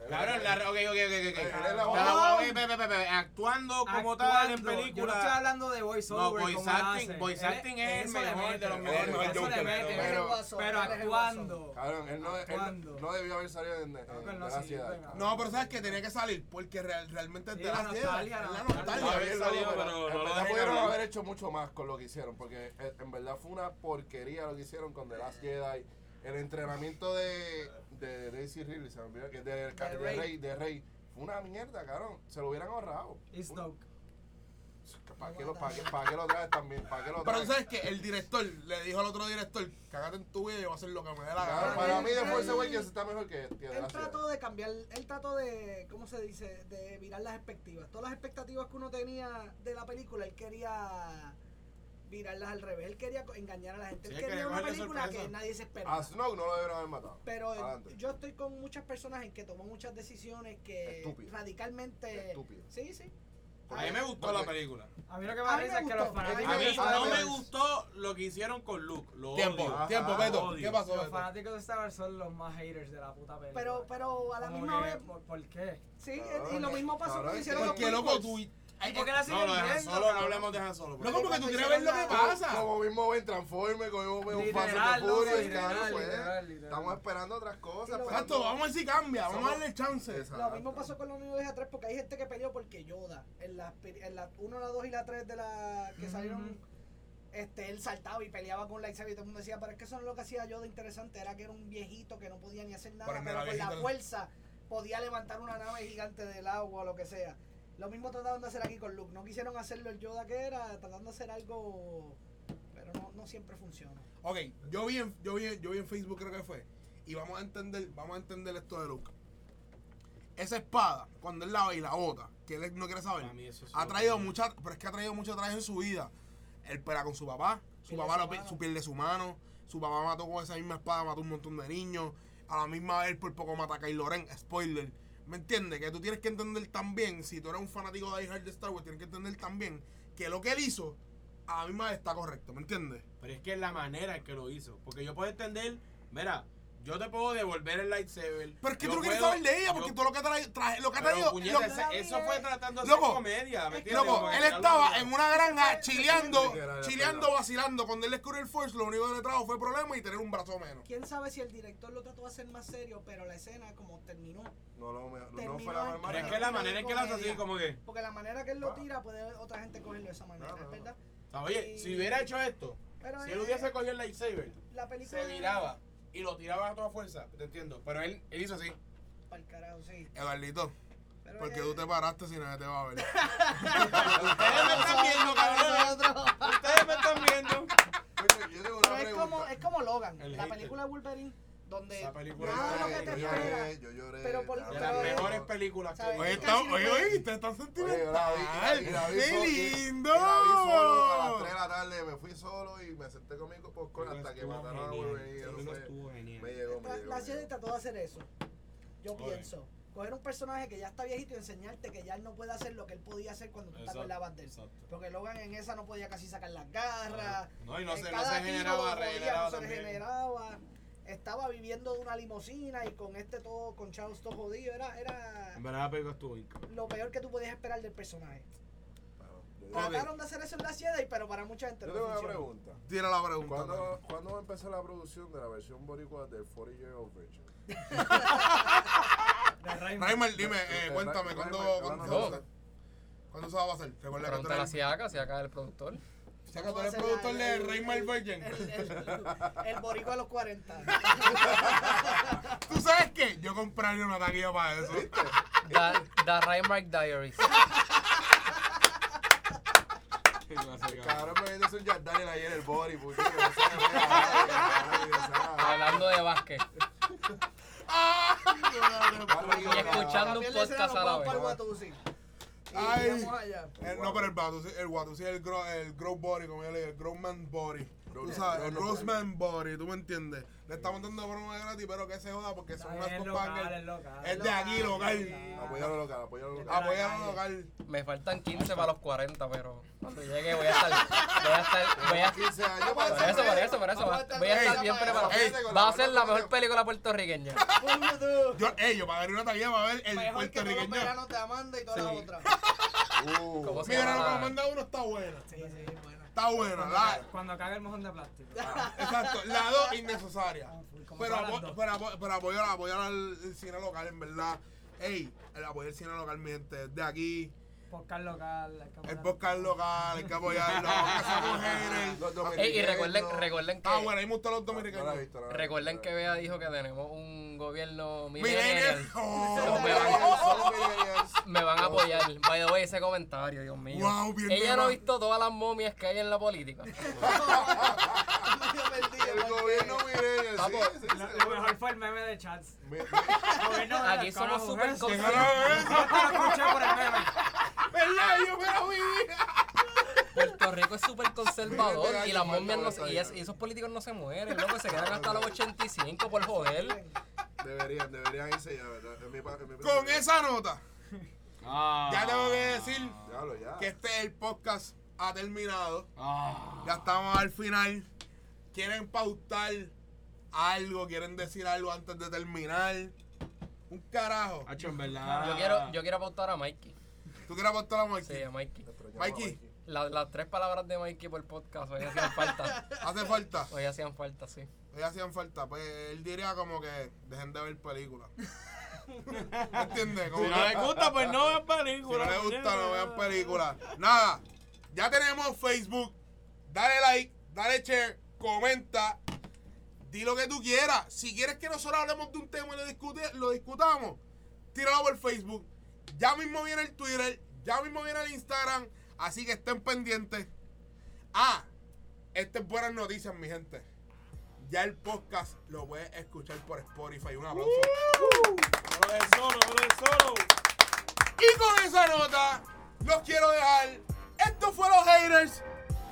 S4: Cabrón, la. Ok, ok, ok, ok.
S5: Él es
S4: La
S6: Oh.
S5: la
S4: voz-
S5: voz.
S4: ve, ve, ve, ve, ve, Actuando como tal en
S3: Actuando. Yo no
S4: película.
S3: estoy hablando de voice
S4: No,
S3: over.
S4: voice
S3: como la
S4: acting-
S3: hacen.
S4: voice
S3: Él-
S4: acting es
S3: eso
S4: el
S3: le
S4: mejor
S3: mete,
S4: de los
S3: eso
S4: mejores
S3: le
S1: mejores
S3: mete,
S1: Joker,
S3: pero-
S6: Él es el guasón,
S3: Pero
S6: él es el
S3: actuando.
S5: Cabrón, él no, él
S3: Actuando.
S5: no debió haber salido en, en,
S3: Cabrón,
S5: de
S3: no,
S5: la
S3: sí,
S5: ciudad.
S3: venga.
S1: No, pero sabes que tenía que salir porque real- realmente
S3: Sí,
S1: te la
S3: la
S1: lleva.
S3: nostalgia,
S1: Es
S3: la
S1: la
S3: nostalgia.
S5: No,
S1: nostalgia.
S5: había
S4: Había
S5: salido,
S4: salido,
S5: pero
S4: pero
S5: en
S4: no lo
S5: verdad
S4: dejan
S5: pudieron
S4: hablar.
S5: haber hecho mucho más con lo que hicieron, porque eh, en verdad fue una porquería lo que hicieron con The Last Jedi. El entrenamiento de, de Daisy Ridley, se me olvidó, que de, de,
S6: De
S5: Rey.
S6: Rey.
S5: de Rey, fue una mierda, cabrón. Se lo hubieran ahorrado.
S3: Y Snoke.
S5: ¿Para qué, lo, para, qué, para qué lo traes también? ¿Para qué lo
S1: Pero
S5: traes?
S1: tú sabes que el director le dijo al otro director, cagate en tu vida y yo voy a hacer lo que me dé la
S5: Cabrón,
S1: gana.
S5: Ah, para
S6: él-
S5: mí, The Force
S6: él-
S5: Awakens está mejor que, que The
S6: Él
S5: Last Jedi.
S6: trató de cambiar, él trató de, ¿cómo se dice? De virar las expectativas. Todas las expectativas que uno tenía de la película, él quería virarlas al revés. Él quería co- engañar a la gente.
S4: Sí,
S6: él
S4: quería
S6: quería una
S4: cogerle
S6: película
S4: sorpresa.
S6: que nadie se esperaba.
S5: A Snow no lo debieron haber matado.
S6: Pero eh,
S5: Ah, Adelante.
S6: yo estoy con muchas personas en que tomó muchas decisiones que
S5: Estúpido.
S6: radicalmente...
S5: Estúpido.
S6: Sí, sí.
S4: A mí me gustó la película.
S3: A mí lo que me
S6: A
S3: da
S6: mí me
S3: risa es que
S6: gustó.
S3: los fanáticos
S5: A
S4: A
S5: mí
S4: mí
S3: de Star
S4: no me
S3: Wars-
S4: gustó lo que hicieron con Luke. Lo
S1: Tiempo,
S4: odio.
S1: tiempo,
S5: Ajá,
S1: Beto.
S4: odio.
S1: ¿Qué pasó,
S3: Los
S1: Beto?
S3: fanáticos de Star Wars son los más haters de la puta película.
S6: Pero, pero a la
S3: Como
S6: misma
S3: que,
S6: vez...
S3: ¿Por, por qué?
S6: Sí,
S5: Cabrón,
S6: y lo mismo pasó
S5: cabrón,
S6: que hicieron los
S1: Porque, loco,
S6: prequels.
S1: tú...
S3: ¿Y por qué la
S4: No,
S3: siguen
S4: lo de Han
S3: viendo?
S4: Solo, no
S3: cabrón?
S4: hablamos de Han Solo. por
S1: Loco,
S4: favor.
S1: porque tú quieres ver lo que pasa.
S5: Como mismo ven Transformers, como mismo ven Fast
S3: Literal,
S5: and the Furious,
S3: loco, literal,
S5: cabrón, pues,
S3: literal, literal.
S5: Estamos esperando otras
S6: Sí,
S5: cosas.
S6: lo-
S5: esperando-
S1: Exacto, vamos a ver si cambia. Vamos a
S5: Somos-
S1: darle chance.
S5: Exacto.
S6: Lo mismo pasó con la 1 y 2 y la 3 porque hay gente que peleó porque Yoda en la, en la 1, la 2 y la 3 de la que salieron
S3: Ujú.
S6: este él saltaba y peleaba con lightsaber y todo el mundo decía, "Pero es que eso no es lo que hacía Yoda interesante, era que era un viejito que no podía ni hacer nada,
S1: Pero no
S6: pero
S1: era
S6: con la
S1: viejito.
S6: fuerza podía levantar una nave gigante del agua o lo que sea." Lo mismo trataron de hacer aquí con Luke, no quisieron hacerlo el Yoda que era, tratando de hacer algo pero no, no siempre funciona.
S1: Ok, yo vi, en, yo, vi, en- yo vi en Facebook, creo que fue. Y vamos a entender, vamos a entender esto de Luke. Esa espada, cuando él la ve y la bota, que él no quiere saber,
S4: Para mí eso es
S1: ha
S4: lo
S1: traído
S4: que-
S1: muchas, pero es que ha traído muchas trajes en su vida. Él pelea con su papá, su
S6: Pierde
S1: papá
S6: su
S1: lo pe-
S6: mano.
S1: su pierde su mano, su papá mató con esa misma espada, mató un montón de niños. A la misma vez él por poco mata a Kylo Ren, spoiler. ¿Me entiendes? Que tú tienes que entender también, si tú eres un fanático de Die Hard de Star Wars, tienes que entender también que lo que él hizo, a la misma vez está correcto, ¿me entiendes?
S4: Pero es que es la manera en que lo hizo. Porque yo puedo entender, mira, yo te puedo devolver el lightsaber.
S1: Pero es que
S4: yo
S1: tú no quieres
S4: puedo-
S1: saber de ella, porque
S4: yo-
S1: tú lo que, trae, traje- lo que ha
S4: Pero,
S1: traído.
S4: puñeta,
S1: lo-
S4: esa- eso fue tratando de
S1: Loco,
S4: hacer comedia, ¿me entiendes?
S1: loco,
S4: Como que
S1: él
S4: ya lo-
S1: estaba en una granja chileando,
S5: Literal,
S1: chileando,
S5: perdón.
S1: vacilando. Cuando él descubrió el Force, lo único que le trajo fue problema y tener un brazo menos.
S6: Quién sabe si el director lo trató de hacer más serio, pero la escena como terminó
S5: No, lo me- no
S6: Terminó
S5: fue la
S6: en-
S5: mejor
S4: Pero es
S5: manera.
S4: que la manera en que lo hace así,
S6: Comedia.
S4: como que.
S6: Porque la manera que él lo
S5: Ah.
S6: tira puede otra gente cogerlo de esa manera,
S5: No, no, no.
S6: ¿verdad?
S4: Oye, si hubiera hecho esto,
S6: Pero
S4: si
S6: eh,
S4: él hubiese cogido el lightsaber,
S6: la película
S4: se viraba y lo tiraba a toda fuerza, te entiendo. Pero él, él hizo así.
S6: Pa'l carajo, sí.
S1: Eduardito,
S6: Pero
S1: porque
S6: eh,
S1: tú te paraste si nadie te va a ver.
S4: Ustedes me están viendo, cabrones.
S6: nosotros.
S4: Ustedes me están viendo.
S5: Yo tengo una
S6: Pero es como,
S5: pregunta.
S6: es como Logan.
S4: El
S6: la
S4: hater.
S6: película de Wolverine donde
S4: Esa película
S6: nada de lo que
S4: está-
S6: te
S4: yo lloré,
S6: espera.
S5: yo lloré.
S6: Pero por-
S5: cabrón.
S4: De las
S6: Pero-
S4: mejores películas que
S6: ¿sabes?
S4: he
S1: Oye,
S4: visto.
S6: Casi
S1: está,
S6: no
S1: oye,
S6: me-
S1: oye, está, está
S5: Oye, yo la vi, la
S1: sentimental.
S5: vi, la vi solo-
S1: ¡Qué
S5: y-
S1: lindo!
S5: y la vi solo a las 3 de la tarde, me fui solo y me senté conmigo por
S4: Pero
S5: popcorn hasta que
S4: estuvo
S5: mataron a
S4: genial,
S5: Wolverine.
S4: pero
S5: eso
S4: no
S5: fue-
S4: estuvo genial.
S5: Me llegó, me
S6: La,
S5: llegó.
S6: la
S5: me
S6: serie
S5: llegó.
S6: trató de hacer eso. Yo
S4: Oye.
S6: pienso. Coger un personaje que ya está viejito y enseñarte que ya él no puede hacer lo que él podía hacer cuando tú te
S4: Exacto,
S6: acordabas de él.
S4: exacto.
S6: Porque Logan en esa no podía casi sacar las garras.
S4: No, y no
S6: en
S4: se, no
S6: eh, cada
S4: se
S6: tiro
S4: generaba,
S6: podía, no
S4: regeneraba
S6: se
S4: también.
S6: regeneraba. Estaba viviendo de una limusina y con este todo, con Charles todo jodido. Era, era
S4: En verdad la película estuvo bien. cabrón.
S6: lo peor que tú podías esperar del personaje.
S5: Claro.
S6: Trataron de hacer eso en la Jedi, pero para mucha gente
S5: Yo
S6: no
S5: tengo una
S6: funcionó.
S5: pregunta.
S1: Tira la pregunta. Tony.
S5: ¿Cuándo, ¿Cuándo va a empezar la producción de la versión boricua del 40 Year Old Virgin?
S3: De Raymond.
S1: Reimer, dime, eh,
S5: Eh,
S1: cuéntame,
S5: Ra-
S1: ¿cuándo,
S5: Reimer,
S1: cuándo,
S5: no,
S1: se
S5: no,
S1: va a
S5: no.
S1: hacer? ¿Cuándo se va a hacer? Recuerda que tú
S2: Pregúntale a
S1: eres,
S2: Siaka, Siaka es el productor.
S1: o sea, que tú eres productor de Reimer Virgin.
S6: El, el, el boricua a los 40.
S1: ¿Tú sabes qué? Yo compraría una taquilla para eso.
S2: Da, da Raymark Diaries.
S4: Qué clase, cabrón.
S5: Cabrón, me viene un Jardine ahí en el body, porque no sabe, cabrón, no sabe.
S2: Hablando de básquet.
S5: Barrio,
S2: Y escuchando un
S6: También le hicieron
S2: podcast a la
S6: los
S2: vez.
S6: para el Watusi. Y
S1: Ay.
S6: vamos allá.
S1: Eh, no, pero el vato, sí, el guato, sí, el, grow, el grow body, como yo le digo, el grow man body. Tú
S5: Grow-
S1: sabes, el
S5: grow
S1: gross
S5: body.
S1: man body, tú me entiendes. Le estamos dando broma gratis, pero que se joda porque son
S3: Está
S1: unas
S3: bien,
S1: copas
S3: local,
S1: que-
S3: es local.
S1: Es de aquí, local.
S5: Apoyalo local, apoyalo local.
S1: Apoyar a pues local.
S2: Me faltan 15 para los 40, pero cuando llegue voy a estar. Voy a estar. Voy a,
S5: 15 años
S6: Por
S2: por
S5: para
S2: eso, por eso, por eso. va- Voy a estar bien preparado. Va a ser la mejor película puertorriqueña.
S6: Coño, tú.
S1: Yo, eh, yo pagaría una taquilla para ver el
S6: Mejor que todos los
S1: puertorriqueño.
S6: veranos te amanda y todas
S2: Sí.
S6: las otras.
S5: Uh,
S2: ¿Cómo se
S1: Mira, lo que
S2: llama?
S1: me manda uno está buena.
S6: Sí, sí, bueno.
S1: Está buena. La,
S3: Cuando caga el mojón de plástico.
S1: Exacto, la dos innecesaria.
S3: Ah, full, como
S1: Pero,
S3: todas las
S1: apo-
S3: dos.
S1: pero, apo- pero apoyar, apoyar al el cine local, en verdad. Ey, el apoyar el cine local, mi gente, de aquí,
S3: Podcast local. hay que
S1: el
S3: apoyar-
S1: podcast local, hay que apoyarlo, aunque seamos haters.
S5: los
S2: Ey, y
S5: dominicanos.
S2: recuerden, recuerden
S1: Ah,
S2: que.
S1: bueno, ahí me gustan los
S5: No la he
S1: dominicanos.
S5: visto, no la he
S2: Recuerden que
S5: visto.
S2: Bea dijo que tenemos un gobierno millennial.
S1: Millennial. Oh,
S5: Millennials, solo millennials.
S2: Me van a apoyar. By the way, ese comentario, Dios mío.
S1: Wow, bien
S2: Ella no ha
S1: demás.
S2: visto todas las momias que hay en la política.
S6: Medio perdido,
S5: El
S6: porque-
S5: gobierno millennial, sí,
S2: Papo,
S3: Lo,
S5: sí, sí.
S3: lo mejor fue el meme de Chats.
S5: Mi- mi-
S3: Gobierno de
S2: Aquí
S3: los
S2: somos
S3: carajos,
S2: súper
S3: Jesús.
S1: Déjalo ver.
S3: Yo te lo escuché por el meme.
S1: ¿Verdad? Yo fuera vivir.
S2: Puerto Rico es súper conservador
S5: Mira,
S2: y las
S5: mira,
S2: momias no se,
S5: mira,
S2: y, es- y esos políticos no se mueren, loco, se quedan hasta los 85 por joder.
S5: Deberían, deberían irse ya, ¿verdad? En mi pa- en mi-
S1: Con esa nota,
S4: Ah.
S1: ya tengo que decir
S5: Diablo, ya.
S1: que este el podcast ha terminado.
S4: Ah.
S1: Ya estamos al final. ¿Quieren pautar algo? ¿Quieren decir algo antes de terminar? Un carajo.
S4: Hacho, en verdad.
S2: Yo quiero, yo quiero apostar a Mikey.
S1: ¿Tú quieres apostar a
S2: Sí,
S1: Mikey?
S2: a Mikey.
S5: Extrañaba a
S1: Mikey,
S2: La- las tres palabras de Mikey por podcast hoy hacían falta.
S1: hace falta.
S2: Hoy hacían falta, sí.
S1: Hoy hacían falta. Pues él diría como que dejen de ver películas. ¿Me entiendes? Como
S4: Si no
S1: que-
S4: les gusta, pues no vean
S1: Si no
S4: películas.
S1: les gusta, no vean películas. Nada. Ya tenemos Facebook. Dale like, dale share, comenta. Di lo que tú quieras. Si quieres que nosotros hablemos de un tema y lo, discute- lo discutamos, tíralo por Facebook. Ya mismo viene el Twitter. Ya mismo viene el Instagram. Así que estén pendientes. Ah, estas buenas noticias, mi gente. Ya el podcast lo puedes escuchar por Spotify. Un aplauso.
S4: No lo ven solo, no lo ven solo.
S1: Y con esa nota, los quiero dejar. Esto fue los haters.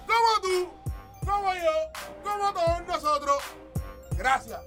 S1: Como tú, como yo, como todos nosotros. Gracias.